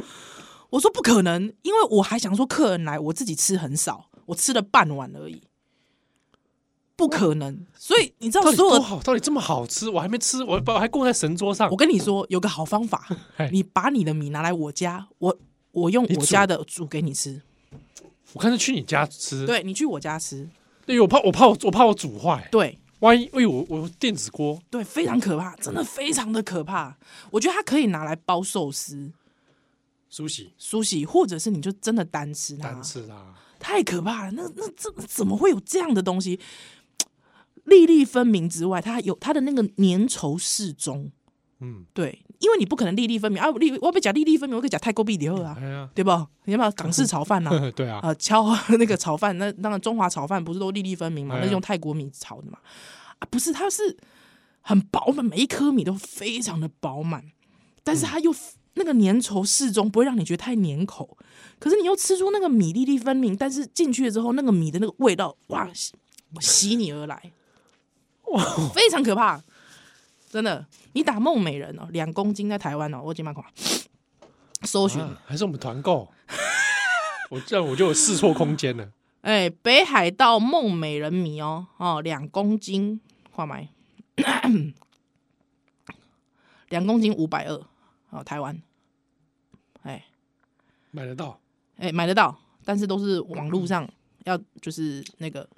S3: 我说不可能，因为我还想说客人来，我自己吃很少，我吃了半碗而已，不可能。所以你知道
S2: 到底
S3: 所有
S2: 多
S3: 的，
S2: 好？到底这么好吃？我还没吃，我我还供在神桌上
S3: 我。跟你说有个好方法
S2: 嘿，
S3: 你把你的米拿来我家，我我用
S2: 你
S3: 我
S2: 煮
S3: 家的煮给你吃，
S2: 我看是去你家吃，
S3: 对你去我家吃，
S2: 因为我怕我怕我我怕我煮坏，
S3: 对。
S2: 万一因为我我电子锅
S3: 对，非常可怕，真的非常的可怕。我觉得它可以拿来包寿司、
S2: 苏洗
S3: 苏洗，或者是你就真的单吃它。
S2: 单吃啊，
S3: 太可怕了，那那这怎么会有这样的东西？粒粒分明之外，它有它的那个粘稠适中。
S2: 嗯，
S3: 对，因为你不可能粒粒分明啊，粒我被讲粒粒分明，我可以讲泰国币的后啊，
S2: 哎呀， (laughs)
S3: 对吧？你要不要港式炒饭啊？
S2: 对啊，
S3: 啊，敲那个炒饭，那当然中华炒饭不是都粒粒分明嘛，
S2: 哎呀
S3: 那是用泰国米炒的嘛，啊，不是，它是很饱满，每一颗米都非常的饱满，但是
S2: 嗯
S3: 它又、那个粘稠适中，不会让你觉得太粘口，可是你又吃出那个米粒粒分明，但是进去了之后，那个米的那个味道，哇，袭袭你而来，
S2: 哦
S3: 哇，非常可怕，真的，你打梦美人哦，两公斤在台湾哦，我今晚看搜寻。
S2: 啊还是我们团购， (laughs) 我这样我就有试错空间了。
S3: 哎、北海道梦美人米哦，哦，两公斤，看买， (coughs) 两公斤五百二，哦，台湾，哎、
S2: 买得到，
S3: 哎、买得到，但是都是网络上要就是那个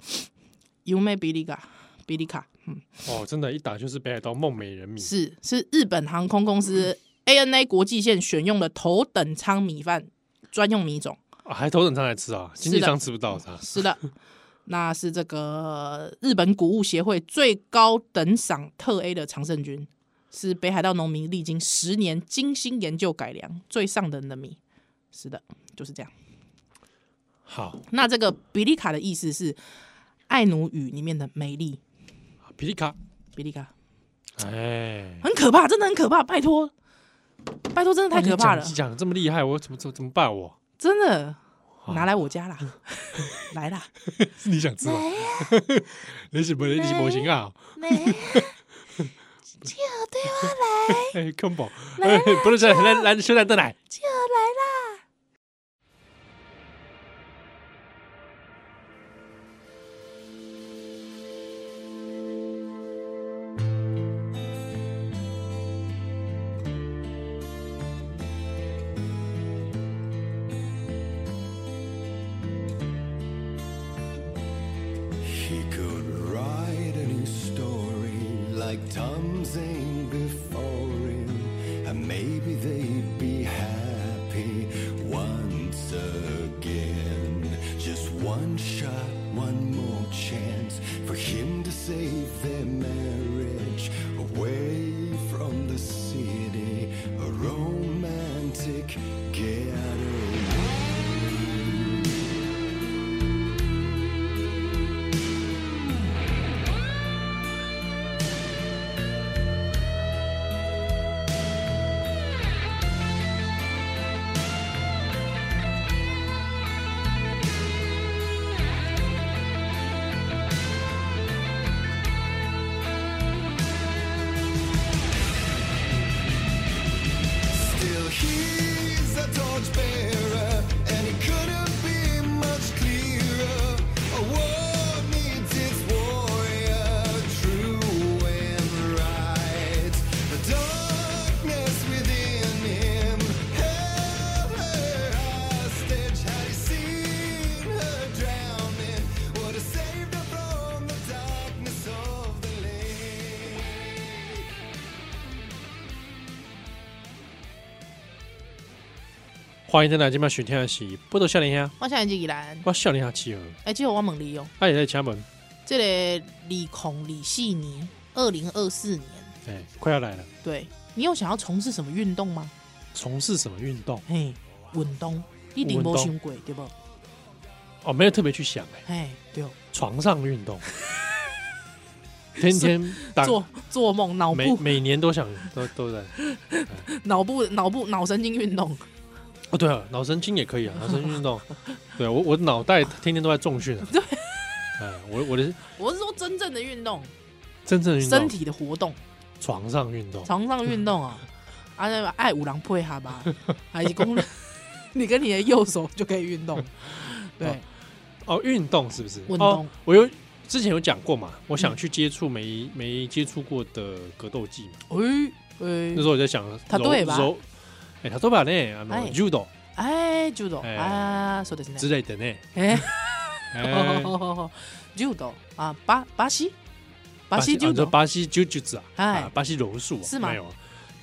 S3: 优美比利卡，比利卡，嗯，
S2: 哦，真的，一打就是北海道梦美人米，
S3: 是是日本航空公司 ANA 国际线选用的头等舱米饭专用米种，
S2: 啊还头等舱来吃啊，经济
S3: 是的
S2: 舱吃不到是吧？
S3: 是的， (laughs) 那是这个日本谷物协会最高等赏特 A 的常胜军，是北海道农民历经十年精心研究改良最上等的米。是的，就是这样。
S2: 好，
S3: 那这个比利卡的意思是爱奴语里面的美丽，
S2: 皮利卡，
S3: 比利卡
S2: 哎，
S3: 很可怕，真的很可怕，拜托，拜托，真的太
S2: (laughs)
S3: 可怕了
S2: 哦你讲，你讲得这么厉害，我怎么怎么怎么办？我
S3: 真的拿来我家啦， (laughs) 来啦，
S2: 是 (laughs) 你想吃吗？ (laughs) 你是不你是模型啊？
S3: 来，就对我来，
S2: (laughs) 哎，康宝，哎，不是，来来，修蛋蛋奶。
S3: 就来啦。
S1: He could write a new story like Tom Zane before him, and maybe they'd be happy once again. Just one shot, one more chance for him to save their marriage away from the city, a romantic getaway. Still, he's a torch bearer, and he couldn't be much clearer. A war needs its warrior, true and right. The darkness within him held her hostage. Had he seen her drowning, would have saved her from the darkness of the lake.
S2: 欢迎蛋奶，今晚选天的是波多笑脸兄，
S3: (laughs) 我现在就依然，
S2: 我笑脸兄企鹅，
S3: 哎、这个我问你哦，
S2: 啊他也在敲门，
S3: 这个李孔李系年，二零二四年，
S2: 哎，快要来了，
S3: 对你有想要从事什么运动吗？
S2: 从事什么运动？
S3: 嘿，运动，一定
S2: 运动
S3: 无想过对不？
S2: 哦，没有特别去想，哎，
S3: 嘿，对，
S2: 床上运动，天天打，
S3: 做做梦，脑
S2: 每
S3: 部
S2: 每年都想都都在。
S3: 脑部脑部脑神经运动，
S2: 哦，对啊，脑神经也可以啊，脑神经运动。对啊我我脑袋天天都在重训啊。对，哎，我我的
S3: (laughs) 我是说真正的运动，
S2: 真正的运动，
S3: 身体的活动，
S2: 床上运动，
S3: 床上运动哦，啊，那个爱五郎配合吧， (laughs) 还是公，你跟你的右手就可以运 (laughs) 动，对，
S2: 哦，运动是不是？
S3: 运
S2: 哦
S3: 动，
S2: 我有之前有讲过嘛，我想去接触没没接触过的格斗技嘛。
S3: 哎
S2: 那时
S3: 哎
S2: 候我在想，
S3: 塔多耶
S2: 柔
S3: 吧
S2: 柔，哎，他都把那啊
S3: 哎
S2: ，judo
S3: 哎，柔道啊，そうです
S2: 之
S3: ね，
S2: 类的
S3: (laughs)
S2: 呢。
S3: 哎。 (laughs)
S2: 哎，
S3: 哦，柔道啊，巴巴西，巴西
S2: 啊
S3: 柔
S2: 你说
S3: 道
S2: 巴西 jiu-jitsu 啊，
S3: 哎
S2: 啊，巴西柔术啊
S3: 是吗
S2: 没有啊，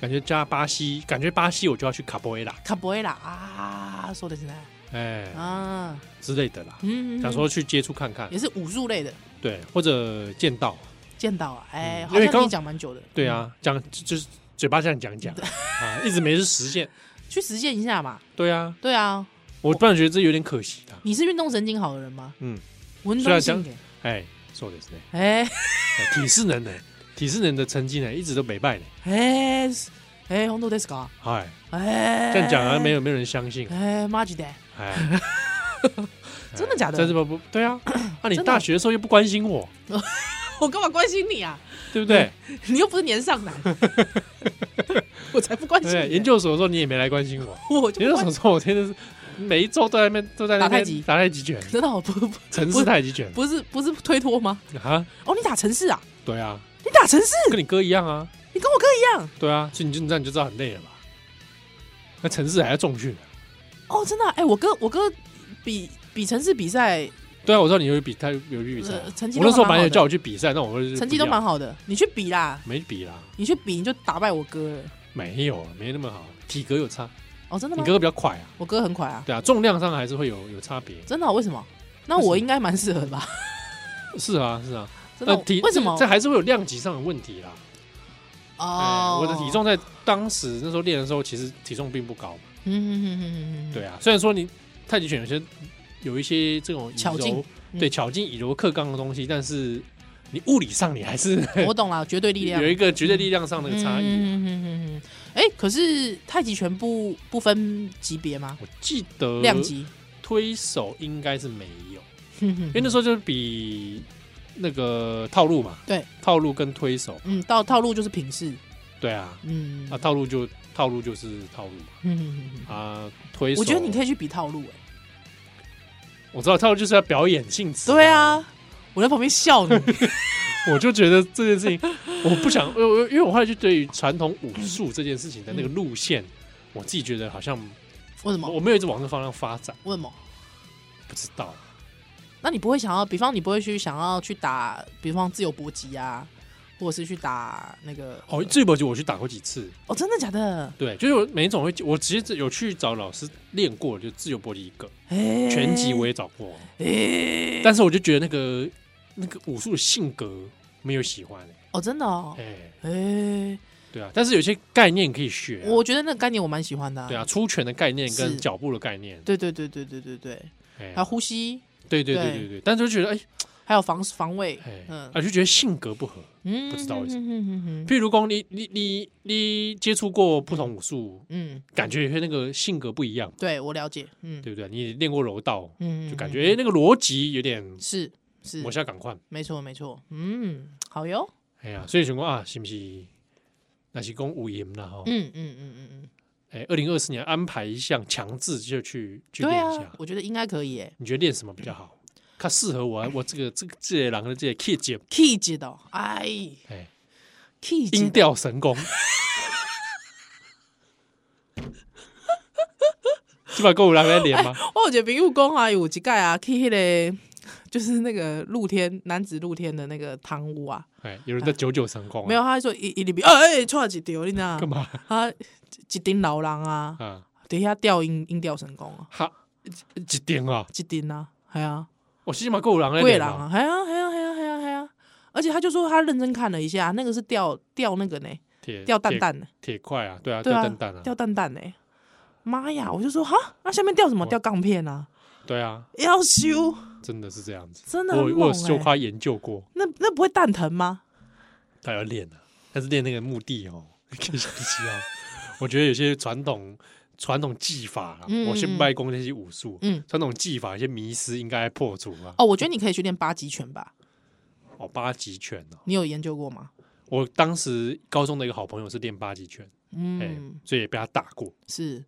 S2: 感觉加巴西，感觉巴西我就要去卡波埃拉，
S3: 卡布埃拉啊，说的是呢
S2: 哎
S3: 啊，
S2: 之类的啦。
S3: 嗯，
S2: 想说去接触看看
S3: 也，是武术类的，
S2: 对，或者剑道，
S3: 见到啊，哎，
S2: 嗯
S3: 好
S2: 因为
S3: 像你
S2: 刚
S3: 讲蛮久的，
S2: 对啊，讲就就是嘴巴这样讲讲啊，一直没去实现，
S3: 嗯，去实践一下嘛，
S2: 对啊，
S3: 对啊，
S2: 我突然觉得这有点可惜啊，
S3: 你是运动神经好的人吗？
S2: 嗯，
S3: 运
S2: 虽
S3: 动
S2: 然讲
S3: 性格，
S2: 哎，说的是呢，
S3: 哎
S2: 哎体适能呢，体适能的成绩呢一直都没败呢，
S3: 哎哎，红豆ですか？
S2: 哎，
S3: 哎，
S2: 这样讲啊，没，有没有人相信，
S3: 哎，マジで，
S2: 哎，
S3: 真的假的
S2: 但是不不，对
S3: (coughs)
S2: 啊，啊，你
S3: 真的
S2: 大学的时候又不关心我，
S3: 我干嘛关心你啊？
S2: 对不对？
S3: 你又不是年上
S2: (laughs)
S3: 男，我才不关心
S2: 对，
S3: 你，
S2: 研究所的时候你也没来关心我，
S3: 我就
S2: 研
S3: 不
S2: 究所的
S3: 关心
S2: 时候我天天是每一周都在那边都在那
S3: 打太
S2: 边
S3: 极
S2: 打太极拳，
S3: 真的好不不
S2: 城
S3: 不
S2: 市太极拳
S3: 不是不是推脱吗？
S2: 啊，
S3: 哦，你打城市啊？
S2: 对啊，
S3: 你打城市？
S2: 跟你哥一样啊。
S3: 你跟我哥一样？
S2: 对啊，所以你就这样你就知道很累了吧？那城市还要重训、啊
S3: 哦，真的啊、哎、我哥我哥比比城市比赛
S2: 对啊，我知道你有比他有去比赛啊、
S3: 呃成绩
S2: 我
S3: 都
S2: 那时候
S3: 还
S2: 本来
S3: 蛮好的
S2: 有叫我去比赛，但我会
S3: 成绩都蛮好的，你去比啦，
S2: 没比啦，
S3: 你去比你就打败我哥了。
S2: 没有啊没那么好，体格有差，
S3: 哦，真的
S2: 你
S3: 吗？
S2: 哥哥比较快啊，
S3: 我哥很快啊，
S2: 对啊，重量上还是会有有差别。
S3: 真的哦、为什么？那
S2: 为什么 (laughs)
S3: 我应该蛮适合的吧？
S2: 是啊是啊，
S3: 真的哦
S2: 呃体
S3: 为什么
S2: 这？还是会有量级上的问题啦。哎
S3: 哦，
S2: 我的体，重在当时那时候练的时候，其实体重并不高嘛。
S3: 嗯嗯嗯嗯嗯，
S2: 对啊，虽然说你太极拳有些有一些这种以
S3: 巧劲
S2: 柔，
S3: 嗯
S2: 对巧劲以柔克刚的东西，但是你物理上你还是
S3: 我懂了，绝对力量
S2: 有一个绝对力量上的差
S3: 嗯
S2: 异。啊
S3: 嗯嗯嗯嗯嗯哎，可是太极拳不不分级别吗？
S2: 我记得
S3: 量级，嗯
S2: 推手应该是没有，
S3: 因
S2: 因为那时候就是比那个套路嘛，
S3: 对，
S2: 套路跟推手，
S3: 嗯，到套路就是平视，
S2: 对啊，
S3: 嗯
S2: 啊套路就套路就是套路嘛，
S3: 嗯嗯嗯嗯
S2: 啊推手，
S3: 我觉得你可
S2: 以，
S3: 以去比套路，哎，
S2: 我知道套路就是要表演性质，
S3: 对，啊，我在旁边笑
S2: (laughs)
S3: 你，
S2: 我就觉得这件事情，我不想， (laughs) 我我因为我后来就对于传统武术这件事情的那个路线，我自己觉得好像
S3: 为什么？
S2: 我没有一直往这方向发展，
S3: 为什么？
S2: 不知道。
S3: 那你不会想要，比方你不会去想要去打，比方自由搏击啊，或者是去打那个
S2: 哦，这波就我去打过几次，
S3: 哦，真的假的？
S2: 对，就是我每一种会，我直接有去找老师练过，就自由搏击一个，
S3: 哎，
S2: 拳击我也找过，
S3: 哎，
S2: 但是我就觉得那个那个武术的性格没有喜欢，
S3: 哦，真的哦
S2: 哎、，
S3: 哎，
S2: 对啊，但是有些概念可以学、啊，
S3: 我觉得那个概念我蛮喜欢的、
S2: 对啊，，出拳的概念
S3: 是
S2: 跟脚步的概念，
S3: 对对对对对对对，
S2: 哎
S3: 还有呼吸，
S2: 对对对
S3: 对
S2: 对对，但是就觉得哎
S3: 还有防防卫
S2: 哎，，
S3: 嗯
S2: 啊就觉得性格不合，
S3: 嗯，
S2: 不知道为什
S3: 么，嗯嗯
S2: 譬如讲你你你你接触过不同武术，
S3: 嗯，
S2: 感觉那个性格不一样，
S3: 对我了解，嗯
S2: 对不对？你练过柔道，
S3: 嗯，
S2: 就感觉哎、那个逻辑有点，
S3: 是是
S2: 我，下赶快，
S3: 没错没错，嗯，好哟，
S2: 哎呀，所以想讲啊，是不是？那是讲五赢了哈，
S3: 嗯嗯嗯嗯嗯，
S2: 哎、二零二四年安排一项强制就去去
S3: 对
S2: 练一下，
S3: 啊，我觉得应该可以诶
S2: 你觉得练什么比较好？看适合
S3: (laughs)
S2: 我啊，我这个这个这个人的这个 K 姐，
S3: ，key 级的哦，哎
S2: 哎，
S3: ，key 级
S2: 音调神
S3: (laughs)
S2: 功，基本够我来来练吗？
S3: 哦我有一个朋友讲啊，有一届啊去迄、个 (laughs) 就是那个露天男子露天的那个汤屋啊，
S2: 哎，有人在九九神功啊，
S3: 没有，他还说一一里边，哎、哎，错、一条，你知道
S2: 干？嘛
S3: 他一顶老人啊，
S2: 啊？
S3: 底下吊音音调成功啊，
S2: 哈，一一点啊，哦
S3: 一顶啊，系啊，
S2: 我起码够人来
S3: 贵
S2: 练
S3: 人
S2: 啊
S3: 啊，，系啊，系啊，系啊，系啊，系啊。而且他就说他认真看了一下，那个是吊吊那个呢，
S2: 铁
S3: 吊蛋蛋呢，
S2: 铁铁块啊，对啊，
S3: 对
S2: 吊
S3: 啊
S2: 蛋蛋啊，
S3: 吊蛋蛋呢。妈呀！我就说哈，那、下面吊什么？
S2: 我
S3: 吊钢片啊，
S2: 对啊，
S3: 要修，
S2: 真的是这样子。
S3: 真的
S2: 我
S3: 很
S2: 有我有
S3: 猛
S2: 就
S3: 欸
S2: 夸研究过，
S3: 那那不会蛋疼吗？
S2: 他要练啊，但是练那个目的哦， (laughs) 可以想象啊。我觉得有些传统传统技法啊，
S3: 嗯
S2: 我先拜功那些武术，
S3: 嗯
S2: 传统技法有些迷失应该破除啊。
S3: 哦，我觉得你可以去练八极拳吧，
S2: 哦，八极拳哦，
S3: 你有研究过吗？
S2: 我当时高中的一个好朋友是练八极拳，哎、
S3: 嗯，
S2: 所以也被他打过，
S3: 是，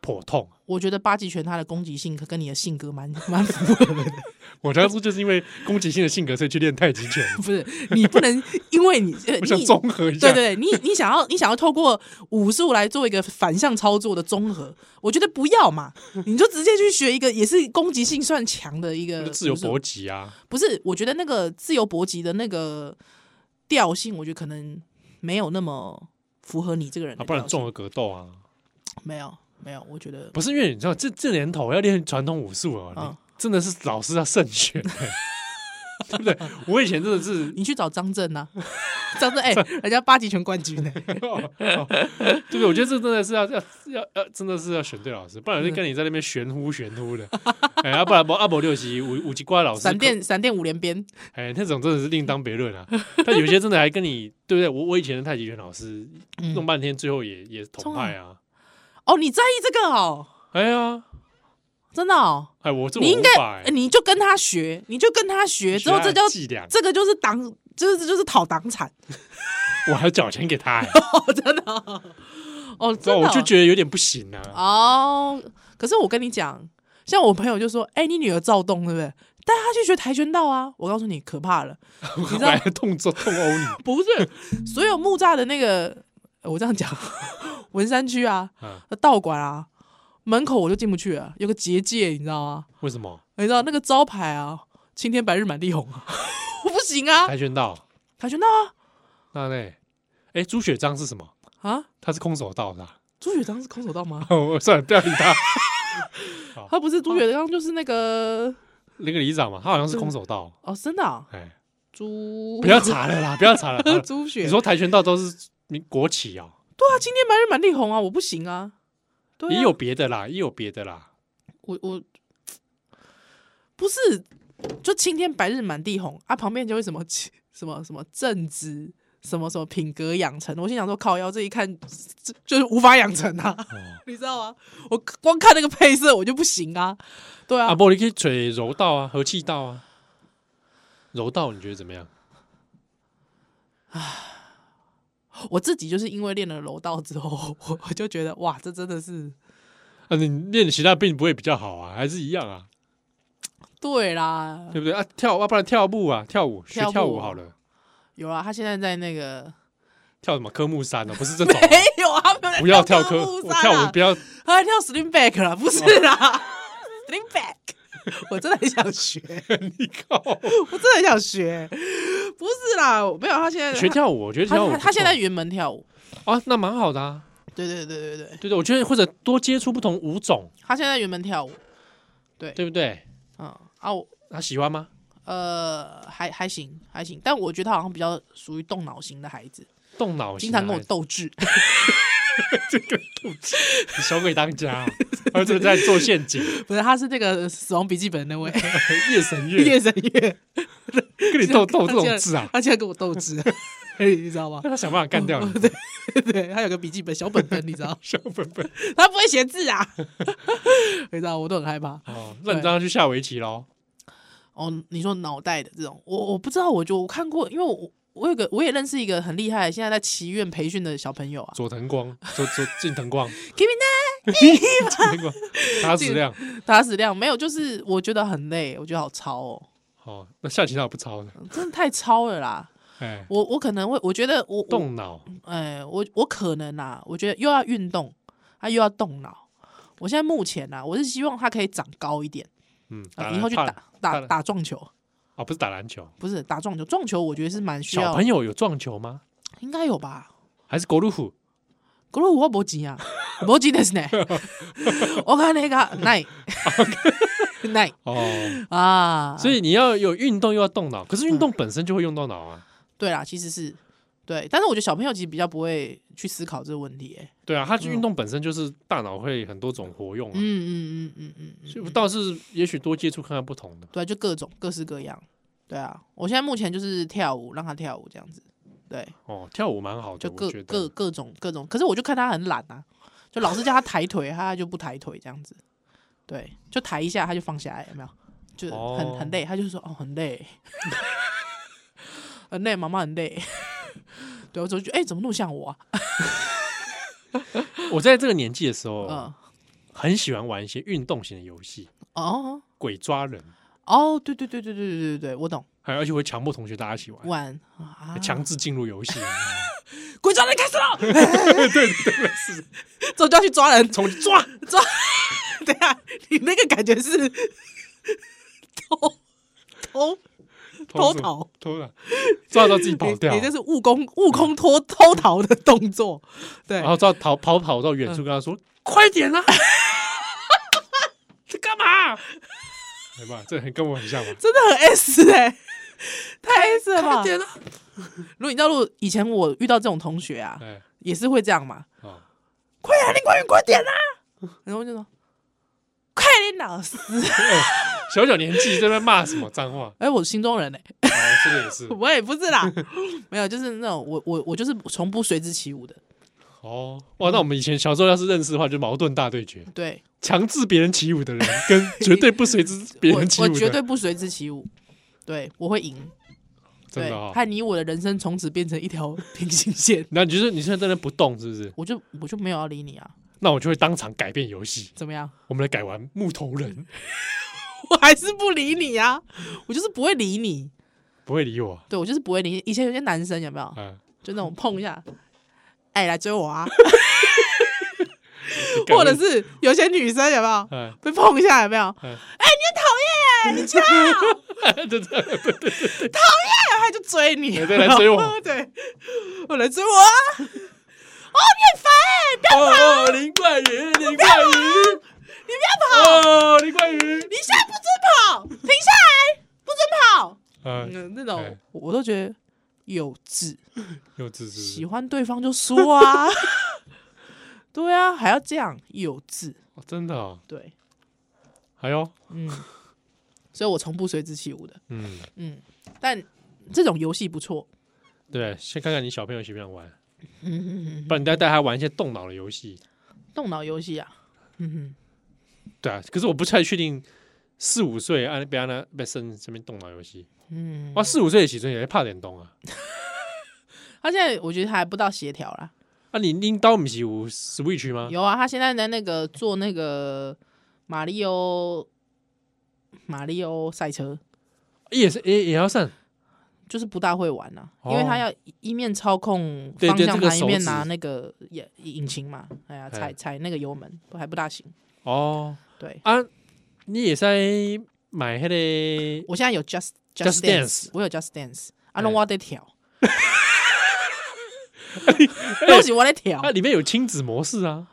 S2: 颇痛。啊
S3: 我觉得八极拳它的攻击性可跟你的性格蛮 (laughs) 蛮符合的，
S2: 我当初就是因为攻击性的性格，所以去练太极拳，
S3: 不是？你
S2: (laughs)
S3: 不能因为 (laughs) 你，呃
S2: 我想
S3: 你
S2: 综合一下。
S3: 对对，你你想要你想要透过武术来做一个反向操作的综合，我觉得不要嘛，你就直接去学一个也是攻击性算强的
S2: (laughs)
S3: 一
S2: 那
S3: 个
S2: 就自由
S3: 武术
S2: 搏击啊，
S3: 不是，我觉得那个自由搏击的那个调性，我觉得可能没有那么符合呃你这个人
S2: 啊，
S3: 的
S2: 不
S3: 调性、
S2: 然综合格斗啊，
S3: 没有没有，我觉得
S2: 不是因为你知道这这年头要练传统武术啊，
S3: 嗯
S2: 你真的是老师要慎
S3: (laughs)
S2: 选、对不对？我以前真的是，
S3: 你去找张震呐、 (laughs) 张
S2: (laughs)
S3: 震哎、人家八极拳冠军呢、
S2: 哦哦对不对？我觉得这真的是要要要要，真的是要选对老师，不
S3: 嗯
S2: 然就跟你在那边玄乎玄乎的， (laughs) 哎，要不然不阿伯六级五五级怪老师，
S3: 闪电闪电五连鞭，
S2: 哎，那种真的是另当别论
S3: (laughs)
S2: 啊。但有些真的还跟你，对不对？我我以前的太极拳老师
S3: 嗯
S2: 弄半天，最后也也同派啊。
S3: 哦，你在意这个哦，
S2: 哎呀，
S3: 真的哦，
S2: 哎，我这
S3: 你
S2: 我
S3: 应
S2: 无
S3: 该、
S2: 法哎，
S3: 你就跟他学，你就跟他学，之后
S2: 学
S3: 这
S2: 他的
S3: 叫
S2: 伎俩，
S3: 这个就是党，就是这就是讨党产， (laughs)
S2: 我还缴钱给他，哎
S3: 哦，真的哦，
S2: 对
S3: 哦真
S2: 啊，
S3: 的
S2: 我
S3: 哦、
S2: 就觉得有点不行 (laughs) 啊。
S3: 哦，可是我跟你讲，像我朋友就说，哎、你女儿躁动对不对？带她去学跆拳道啊！我告诉你，可怕了，
S2: 我
S3: 知道
S2: 来痛揍痛殴
S3: (laughs)
S2: 你，
S3: 不
S2: (laughs)
S3: 是所有木栅的那个，呃我这样讲，文山区啊，
S2: 嗯
S3: 道馆啊，门口我就进不去了，有个结界，你知道吗？
S2: 为什么？
S3: 你知道那个招牌啊，青天白日满地红啊， (laughs) 我不行啊，
S2: 跆拳道
S3: 跆拳道
S2: 那嘞，哎，朱雪章是什么？
S3: 啊啊！
S2: 他是空手道的啊。 (laughs) 哦
S3: 朱雪章是空手道吗？ (laughs)
S2: 我算了，不要理他。
S3: 他不是朱雪章，就是那个
S2: 那个里长嘛，他好像是空手道，
S3: 哦，真的哦，
S2: 哎，
S3: 朱
S2: 不要查了啦，不要查了。好了
S3: (laughs) 朱雪，
S2: 你说跆拳道都是民国企哦，
S3: 对啊，今天白日满地红啊，我不行啊，对啊
S2: 也有别的啦，也有别的啦，
S3: 我我不是就青天白日满地红啊，旁边就会什么 (laughs) 什么什么正直，什么什么品格养成，我心想说靠腰这一看这就是无法养成啊，
S2: 哦
S3: (laughs) 你知道吗？我光看那个配色我就不行啊，对啊，
S2: 啊不，你可以锤柔道啊，和气道啊，柔道你觉得怎么样？
S3: 我自己就是因为练了柔道之后， (laughs) 我我就觉得哇，这真的是
S2: 啊，你练习那并不会比较好啊，还是一样啊，
S3: 对啦，
S2: 对不对啊？跳，啊，不然跳步啊，跳舞学
S3: 跳
S2: 跳
S3: 舞
S2: 舞好了，
S3: 有啊啦，他现在在那个
S2: 跳什么科目三哦，不是这种
S3: (laughs)
S2: 哦，
S3: 没有啊，他没有在
S2: 不要
S3: 跳
S2: 跳科，
S3: 目
S2: 我
S3: 三
S2: 跳
S3: 啊
S2: 舞不要
S3: 他在跳 Slim Back 了，不是啦、s l i m Back，我 (laughs) 真的很想学，
S2: (laughs) 你靠，
S3: 我真的很想学，不是啦，我没有，他现在
S2: 学
S3: 他
S2: 跳舞，我觉得
S3: 他
S2: 跳舞
S3: 他
S2: 不
S3: 他现在
S2: 错
S3: 云门跳舞，
S2: 啊，那蛮好的啊，
S3: 对对对对对，
S2: 对对，我觉得或者多接触不同舞种，
S3: 他现在云门跳舞，对，
S2: 对不对？
S3: 嗯啊我
S2: 他喜欢吗？
S3: 呃还还行还行，但我觉得他好像比较属于动脑型的孩子，
S2: 动脑型
S3: 经
S2: 啊，
S3: 常跟我
S2: (laughs)
S3: 斗智，
S2: 小鬼当家啊， (laughs) 而且在做陷
S3: (laughs)
S2: 阱，
S3: 不是，他是那个死亡笔记本的那位
S2: 夜神
S3: 夜
S2: 月
S3: 神月，
S2: 跟你斗斗这
S3: 他竟
S2: 种
S3: 然
S2: 字啊，
S3: (laughs) 他竟然跟我斗智， (laughs) 你知道吗？ (laughs)
S2: 那他想办法干掉你，
S3: 哦对他有个笔记本小本本，你知道，
S2: 小本本。
S3: (laughs) 他不会写字啊， (laughs) 你知道，我都很害怕。
S2: 哦，那你让他去下围棋喽。
S3: 哦，你说脑袋的这种，我我不知道，我就我看过，因为我我有个我也认识一个很厉害，现在在祈愿培训的小朋友啊，
S2: 佐藤光，佐佐近藤光，
S3: Kimi
S2: (laughs) 佐藤光，他质量。
S3: 打死量没有，就是我觉得很累，我觉得好超哦，
S2: 哦，那下棋他也不抄的，
S3: 真的太超了啦。
S2: 哎，
S3: 我我可能会，我觉得我我
S2: 动脑，
S3: 哎，我我可能啊，我觉得又要运动，啊又要动脑。我现在目前啊，我是希望他可以长高一点，
S2: 嗯，
S3: 啊、
S2: 打
S3: 以后去
S2: 怕
S3: 打
S2: 怕
S3: 打
S2: 了
S3: 打撞球，
S2: 啊，不是打篮球。
S3: 不是打撞球，撞球我觉得是蛮需
S2: 小
S3: 要
S2: 朋，友有撞球吗？
S3: 应该有吧？
S2: 还是狗鲁虎？
S3: 可是我无钱啊，无钱で
S2: (laughs)
S3: すね。我看那个ないない
S2: 哦，
S3: 啊，嗯
S2: 所以你要有运动又要动脑，可是运动本身就会用到脑啊。
S3: 对啦，其实是对，但是我觉得小朋友其实比较不会去思考这个问题、欸。
S2: 对啊，它运动本身就是大脑会很多种活用啊。
S3: 嗯嗯嗯嗯嗯，
S2: 所以我倒是也许多接触看看不同的。
S3: 对，啊就各种各式各样。对啊，我现在目前就是跳舞，让他跳舞这样子。对，
S2: 哦，跳舞蛮好的，
S3: 就
S2: 我
S3: 各
S2: 觉得
S3: 各。各种各种，可是我就看他很懒啊，就老是叫他抬腿，他就不抬腿这样子。对，就抬一下他就放下来，有没有？就很、
S2: 哦
S3: 很累，他就说哦很累， (laughs) 很累，妈妈很累。 (laughs) 对，我就觉得哎、怎么那么像我啊？
S2: 我在这个年纪的时
S3: 嗯、
S2: 候，很喜欢玩一些运动型的游戏，
S3: 哦
S2: 鬼抓人，
S3: 哦，对对对对对对对对，我懂。
S2: 还有而且会强迫同学大家一起玩，
S3: 晚啊，
S2: 强制进入游
S3: (laughs)
S2: 戏，哦
S3: 鬼抓人开
S2: (laughs)
S3: 始了。对对对，是，走就要去抓人，
S2: 从抓
S3: 抓。 (laughs) 等一下，你那个感觉是偷偷偷逃
S2: 偷了，抓到自己跑掉，
S3: 你这是悟空悟空偷偷逃的动作，对
S2: 然，后抓逃跑跑到远处跟他说：“快点
S3: (laughs)
S2: 啊！”这干嘛？对吧？这很跟我很像吧？
S3: 真的很 S 哎、太 S 了吧
S2: 快！点啊！
S3: 如果你知道，如果以前我遇到这种同学啊，
S2: 哎，哦
S3: 也是会这样嘛，
S2: 好，
S3: 快点，林冠宇，快点啊！
S2: 嗯
S3: 然后我就说，快点，老师，
S2: 小小年纪在那边骂什么脏话？
S3: 哎、我新中
S2: (laughs)
S3: 人哎、
S2: 哦，这个也是
S3: 我也不是啦， (laughs) 没有，就是那种我我我就是从不随之起舞的，
S2: 哦，哇！那我们以前小时候要是认识的话，就矛盾大对决，
S3: 对，
S2: 强制别人起舞的人跟绝对不随之别
S3: 我
S2: 人起
S3: 我
S2: 舞
S3: 绝
S2: 的
S3: 对，不随之起舞，对我会赢，
S2: 真
S3: 对
S2: 的，哦哈。
S3: 害你我的人生从此变成一条平行线， (laughs)
S2: 那你就是你现在在那不动是不是？
S3: 我就我就没有要理你啊，
S2: 那我就会当场改变游戏，
S3: 怎么样？ (laughs)
S2: 我们来改玩木头人，
S3: 我还是不理你啊，我就是不会理你，
S2: 不会理我。
S3: 对我就是不会理你。以前有些男生有没有，
S2: 嗯，
S3: 就那种碰一下，哎、来追
S2: (laughs)
S3: 我啊， (laughs)
S2: 你改
S3: 或者
S2: 问
S3: 是有些女生有没有
S2: (laughs) 嗯
S3: 被碰一下有没有？
S2: 嗯，
S3: 哎、你很
S2: (laughs)
S3: 讨厌，你吵。
S2: 对对对对对
S3: 他就追你，
S2: 对来追我
S3: (laughs) 对，我来追我啊！哦，你很烦哎、不要
S2: 哦，林冠宇，林冠宇，你不要跑！哦，林冠宇，
S3: 你现在不准跑，停下
S2: 呃，
S3: 嗯那种
S2: 哎
S3: 我都觉得幼稚，
S2: 幼稚是
S3: 喜
S2: 不是
S3: 欢对方就
S2: (laughs)
S3: 说啊，对啊，还要这样幼稚，
S2: 哦真的哦，
S3: 对，
S2: 还有，
S3: 嗯，所以我从不随之起舞的，
S2: 嗯，
S3: 嗯，但这种游戏不错，
S2: 对，先看看你小朋友喜不喜欢
S3: (laughs)
S2: 玩，
S3: 嗯，
S2: 不然你再带他玩一些动脑的游戏。
S3: 动脑游戏啊，嗯
S2: 对啊，可是我不太确定四五岁按别让他被生身边动脑游戏。
S3: 嗯，
S2: 哇，四五岁的起准也会怕点动啊。
S3: 他现在我觉得他还不到协调啦，
S2: 啊，你拎刀不是有 Switch 吗？
S3: 有啊，他现在在那个做那个马里欧马里欧赛车，
S2: 也是也也要上
S3: 就是不大会玩啊，因为他
S2: 哦
S3: 要一一面操控
S2: 对
S3: 方
S2: 对
S3: 向
S2: 这个
S3: 盘，一
S2: 手
S3: 面
S2: 指
S3: 拿那个引引擎嘛，哎呀，
S2: 哎
S3: 踩踩那个油门不还不大行。
S2: 哦
S3: 对，
S2: 啊，你也在买那个
S3: 我现在有 Just
S2: Just Dance
S3: 我有 Just Dance，啊，
S2: 哎
S3: 那我得跳， (laughs) 都是我在跳
S2: 啊它。里面有亲子模式啊。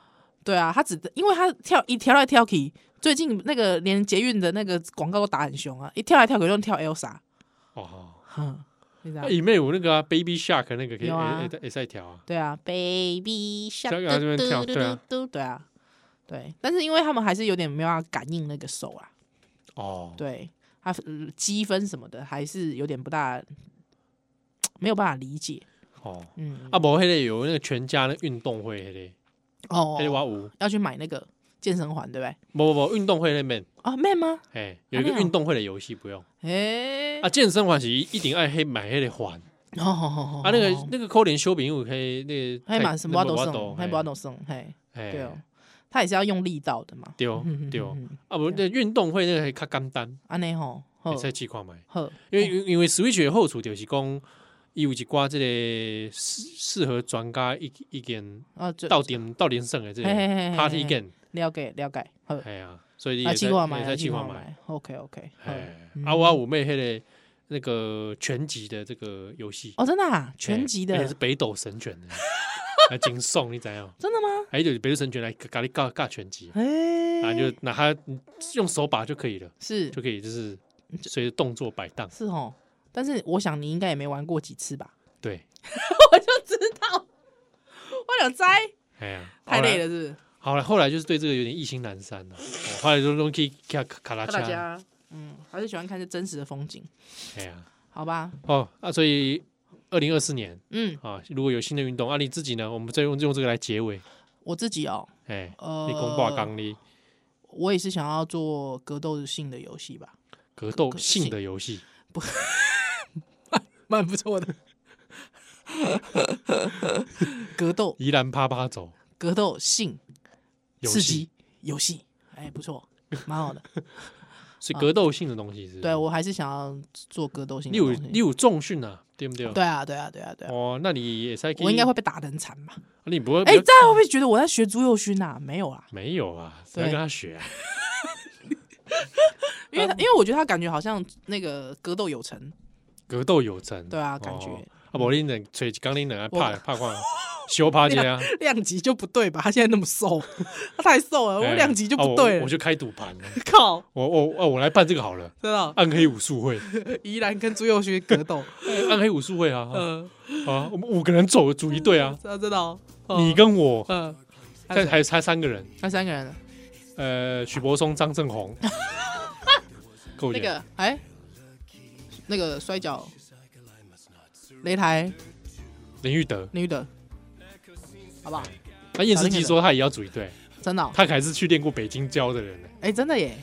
S3: 对啊，他只因为他跳一跳来跳去，最近那个连捷运的那个广告都打很凶啊，一跳来跳去就跳 Elsa，
S2: 哦，
S3: 哼，你知道
S2: 啊。里面有那个啊 Baby Shark 那个可以
S3: 有啊
S2: 也也在调啊。
S3: 对啊，Baby
S2: 小狗在那边跳对啊
S3: 嘟，对啊，对。但是因为他们还是有点没有办法感应那个手啊，
S2: 哦，
S3: 对，他呃积分什么的还是有点不大，没有办法理解。
S2: 哦，
S3: 嗯，
S2: 啊，无那个有那个全家的运动会那个，那个
S3: 哦，
S2: 我有，
S3: 要去买那个健身环，对不对？
S2: 不不不，运动会那边，
S3: 啊，man 吗？
S2: 哎，有一个
S3: 啊那样
S2: 运动会的游戏不用。
S3: 哎，
S2: 啊，健身环是一定爱黑买黑的环
S3: 哦哦
S2: 啊，那个那个扣连修饼，我可以那个
S3: 还蛮什么都
S2: 懂，
S3: 送，还不懂送，嘿，
S2: 哎，
S3: 对哦，他也是要用力道的嘛，
S2: 丢
S3: 嗯
S2: 丢，
S3: 嗯嗯嗯
S2: 啊，不，那运动会那个较简单，
S3: 安内吼，呵
S2: 你再试看买，
S3: 呵，
S2: 因为因为 Switch 的好处就是讲，伊有一寡这个适适合专家意意见
S3: 啊，就
S2: 到点到点胜的这个
S3: 嘿嘿嘿嘿嘿
S2: party game，
S3: 了解了解，呵。
S2: 哎呀，所以你
S3: 啊，
S2: 也
S3: 计划买，
S2: 在
S3: 啊
S2: 计划买，
S3: 买，OK OK，
S2: 哎，啊，
S3: 嗯
S2: 我五妹黑的那个拳击的这个游戏，
S3: 哦，真的啊，全集的
S2: 哎而，且是北斗神拳的，
S3: (laughs)
S2: 还惊悚，你怎样？
S3: 真的吗？
S2: 还有就是北斗神拳来咖喱尬尬拳击，然后
S3: 哎，
S2: 啊就拿它用手把就可以了，
S3: 是
S2: 就可以就是随着动作摆荡。
S3: 是哦，但是我想你应该也没玩过几次吧？
S2: 对，
S3: (laughs) 我就知道，我想摘，
S2: 哎呀，
S3: 太累
S2: 了。
S3: 了，是
S2: 好了，后来就是对这个有点意兴阑珊了。哦后来就弄去卡卡拉
S3: 不是？大
S2: 恰，
S3: 家，嗯，还是喜欢看这真实的风景，
S2: 哎呀，
S3: 好吧？
S2: 哦啊，所以二零二四年
S3: 嗯，
S2: 啊，如果有新的运动，啊你自己呢，我们再用用这个来结尾。
S3: 我自己哦，
S2: 哎，
S3: 呃
S2: 你公挂刚力
S3: 我也是想要做格斗性的游戏吧，
S2: 格斗
S3: 格
S2: 性的游戏，
S3: 蛮不错的。 (laughs) 格斗
S2: 宜兰啪啪走
S3: 格斗性
S2: 游
S3: 刺
S2: 戏，
S3: 激游戏，哎，不错，蛮好的。
S2: (laughs)
S3: 哦
S2: 是格斗性的东西是不是。
S3: 对，啊我还是想要做格斗性
S2: 你
S3: 的
S2: 有
S3: 东西。
S2: 你有重训啊，对不对？
S3: 对啊，对啊，对啊，对啊，
S2: 哦，那你也在，
S3: 我应该会被打得很惨吧？
S2: 啊，你不会？
S3: 哎，
S2: 不要
S3: 大家会不会觉得我在学朱佑勋啊？没有啊，
S2: 没有啊，谁
S3: 对
S2: 要跟他学啊？嗯
S3: 因为他因为我觉得他感觉好像那个格斗有成，
S2: 格斗有成，
S3: 对啊，感觉
S2: 哦啊，无恁人吹钢恁人啊，怕
S3: 我
S2: 怕看修趴
S3: (laughs)
S2: 街啊，
S3: 量级就不对吧？他现在那么瘦， (laughs) 他太瘦了，
S2: (laughs)
S3: 我
S2: 哎
S3: 量级就
S2: 啊
S3: 不
S2: 我
S3: 对
S2: 我
S3: 了。
S2: 就开赌盘了，
S3: (laughs) 靠，
S2: 我我啊，我来办这个好了，
S3: 知道
S2: 暗黑武术
S3: (laughs)
S2: 会，
S3: 宜兰跟朱佑勋格
S2: (laughs)
S3: 斗，
S2: 哎暗黑武术会啊，
S3: 嗯，
S2: 啊，我们五个人走组一队啊，
S3: 知道知道。哦
S2: 你跟我，
S3: 嗯，还有
S2: 但还有差三个人，
S3: 那三个人，
S2: 呃，许柏松、张正
S3: (laughs)
S2: 宏，够
S3: 那
S2: 点，
S3: 个哎，那个摔跤，擂台
S2: 林玉德，啊
S3: 女的，好不好？
S2: 那验尸机说他也要组一队，
S3: 真的哦，
S2: 他还是去练过北京教的人呢，
S3: 哎，真的耶，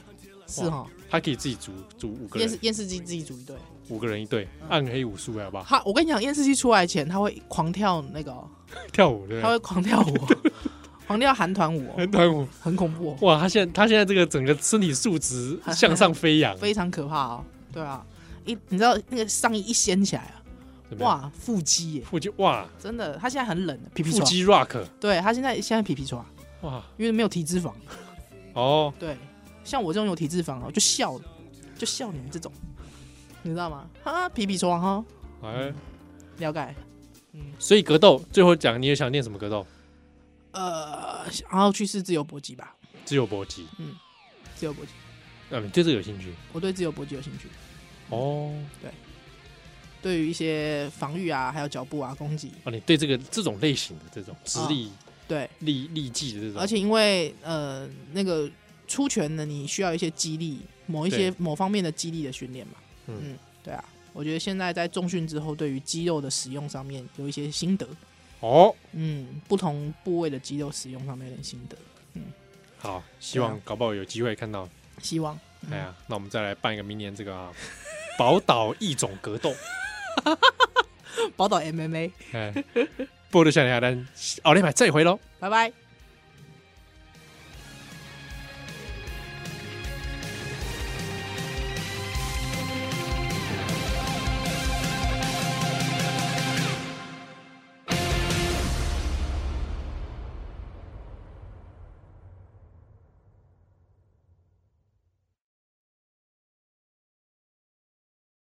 S3: 是
S2: 哇
S3: 哈。
S2: 他可以自己组组五个
S3: 验视
S2: 人，
S3: 验视机自己组一队。
S2: 五个人一队，
S3: 嗯
S2: 暗黑武术会好不好？
S3: 他，我跟你讲，验视机出来前他会狂跳那个哦、
S2: 跳舞对不
S3: 他
S2: 对？
S3: 会狂跳
S2: (laughs)
S3: 舞哦，狂跳韩团舞、哦，
S2: 很团舞，
S3: 很恐怖、哦，
S2: 哇！他现在他现在这个整个身体素质向上飞
S3: (laughs)
S2: 扬，
S3: 非常可怕哦。对啊，一你知道那个上衣一掀起来啊，
S2: 怎么样，
S3: 哇，腹肌耶，
S2: 腹肌哇，
S3: 真的，他现在很冷的，皮皮
S2: 腹
S3: 抓，
S2: 肌 rock
S3: 对他现在现在皮皮抓，
S2: 哇
S3: 因为没有体脂肪。
S2: 哦，
S3: 对，像我这种有体脂肪哦，就笑了，就笑你们这种，你知道吗？哈，皮皮抓哈，
S2: 哎，
S3: 了解。
S2: 所以格斗最后讲，你也想练什么格斗？
S3: 呃，想要去试自由搏击吧，
S2: 自由搏击，啊
S3: 自由搏击，
S2: 那你对这个有兴趣
S3: 我对自由搏击有兴趣。
S2: 哦？
S3: 对，对于一些防御啊，还有脚步啊攻击，
S2: 哦，你对这个这种类型的这种直立
S3: 对，
S2: 立立技的这种，
S3: 啊而且因为呃那个出拳呢，你需要一些激励，某一些某方面的激励的训练嘛。
S2: 嗯
S3: 嗯，对啊，我觉得现在在重训之后，对于肌肉的使用上面有一些心得。
S2: 哦，
S3: 嗯，不同部位的肌肉使用上面有点心得，
S2: 好，希望
S3: 啊
S2: 搞不好有机会看到。
S3: 希望。 (coughs)
S2: 哎呀，那我们再来办一个明年这个啊， (laughs) 宝岛异种格斗，
S3: 宝岛 MMA，
S2: 哎，波多小鸟蛋，奥利马再回喽。
S3: 拜拜。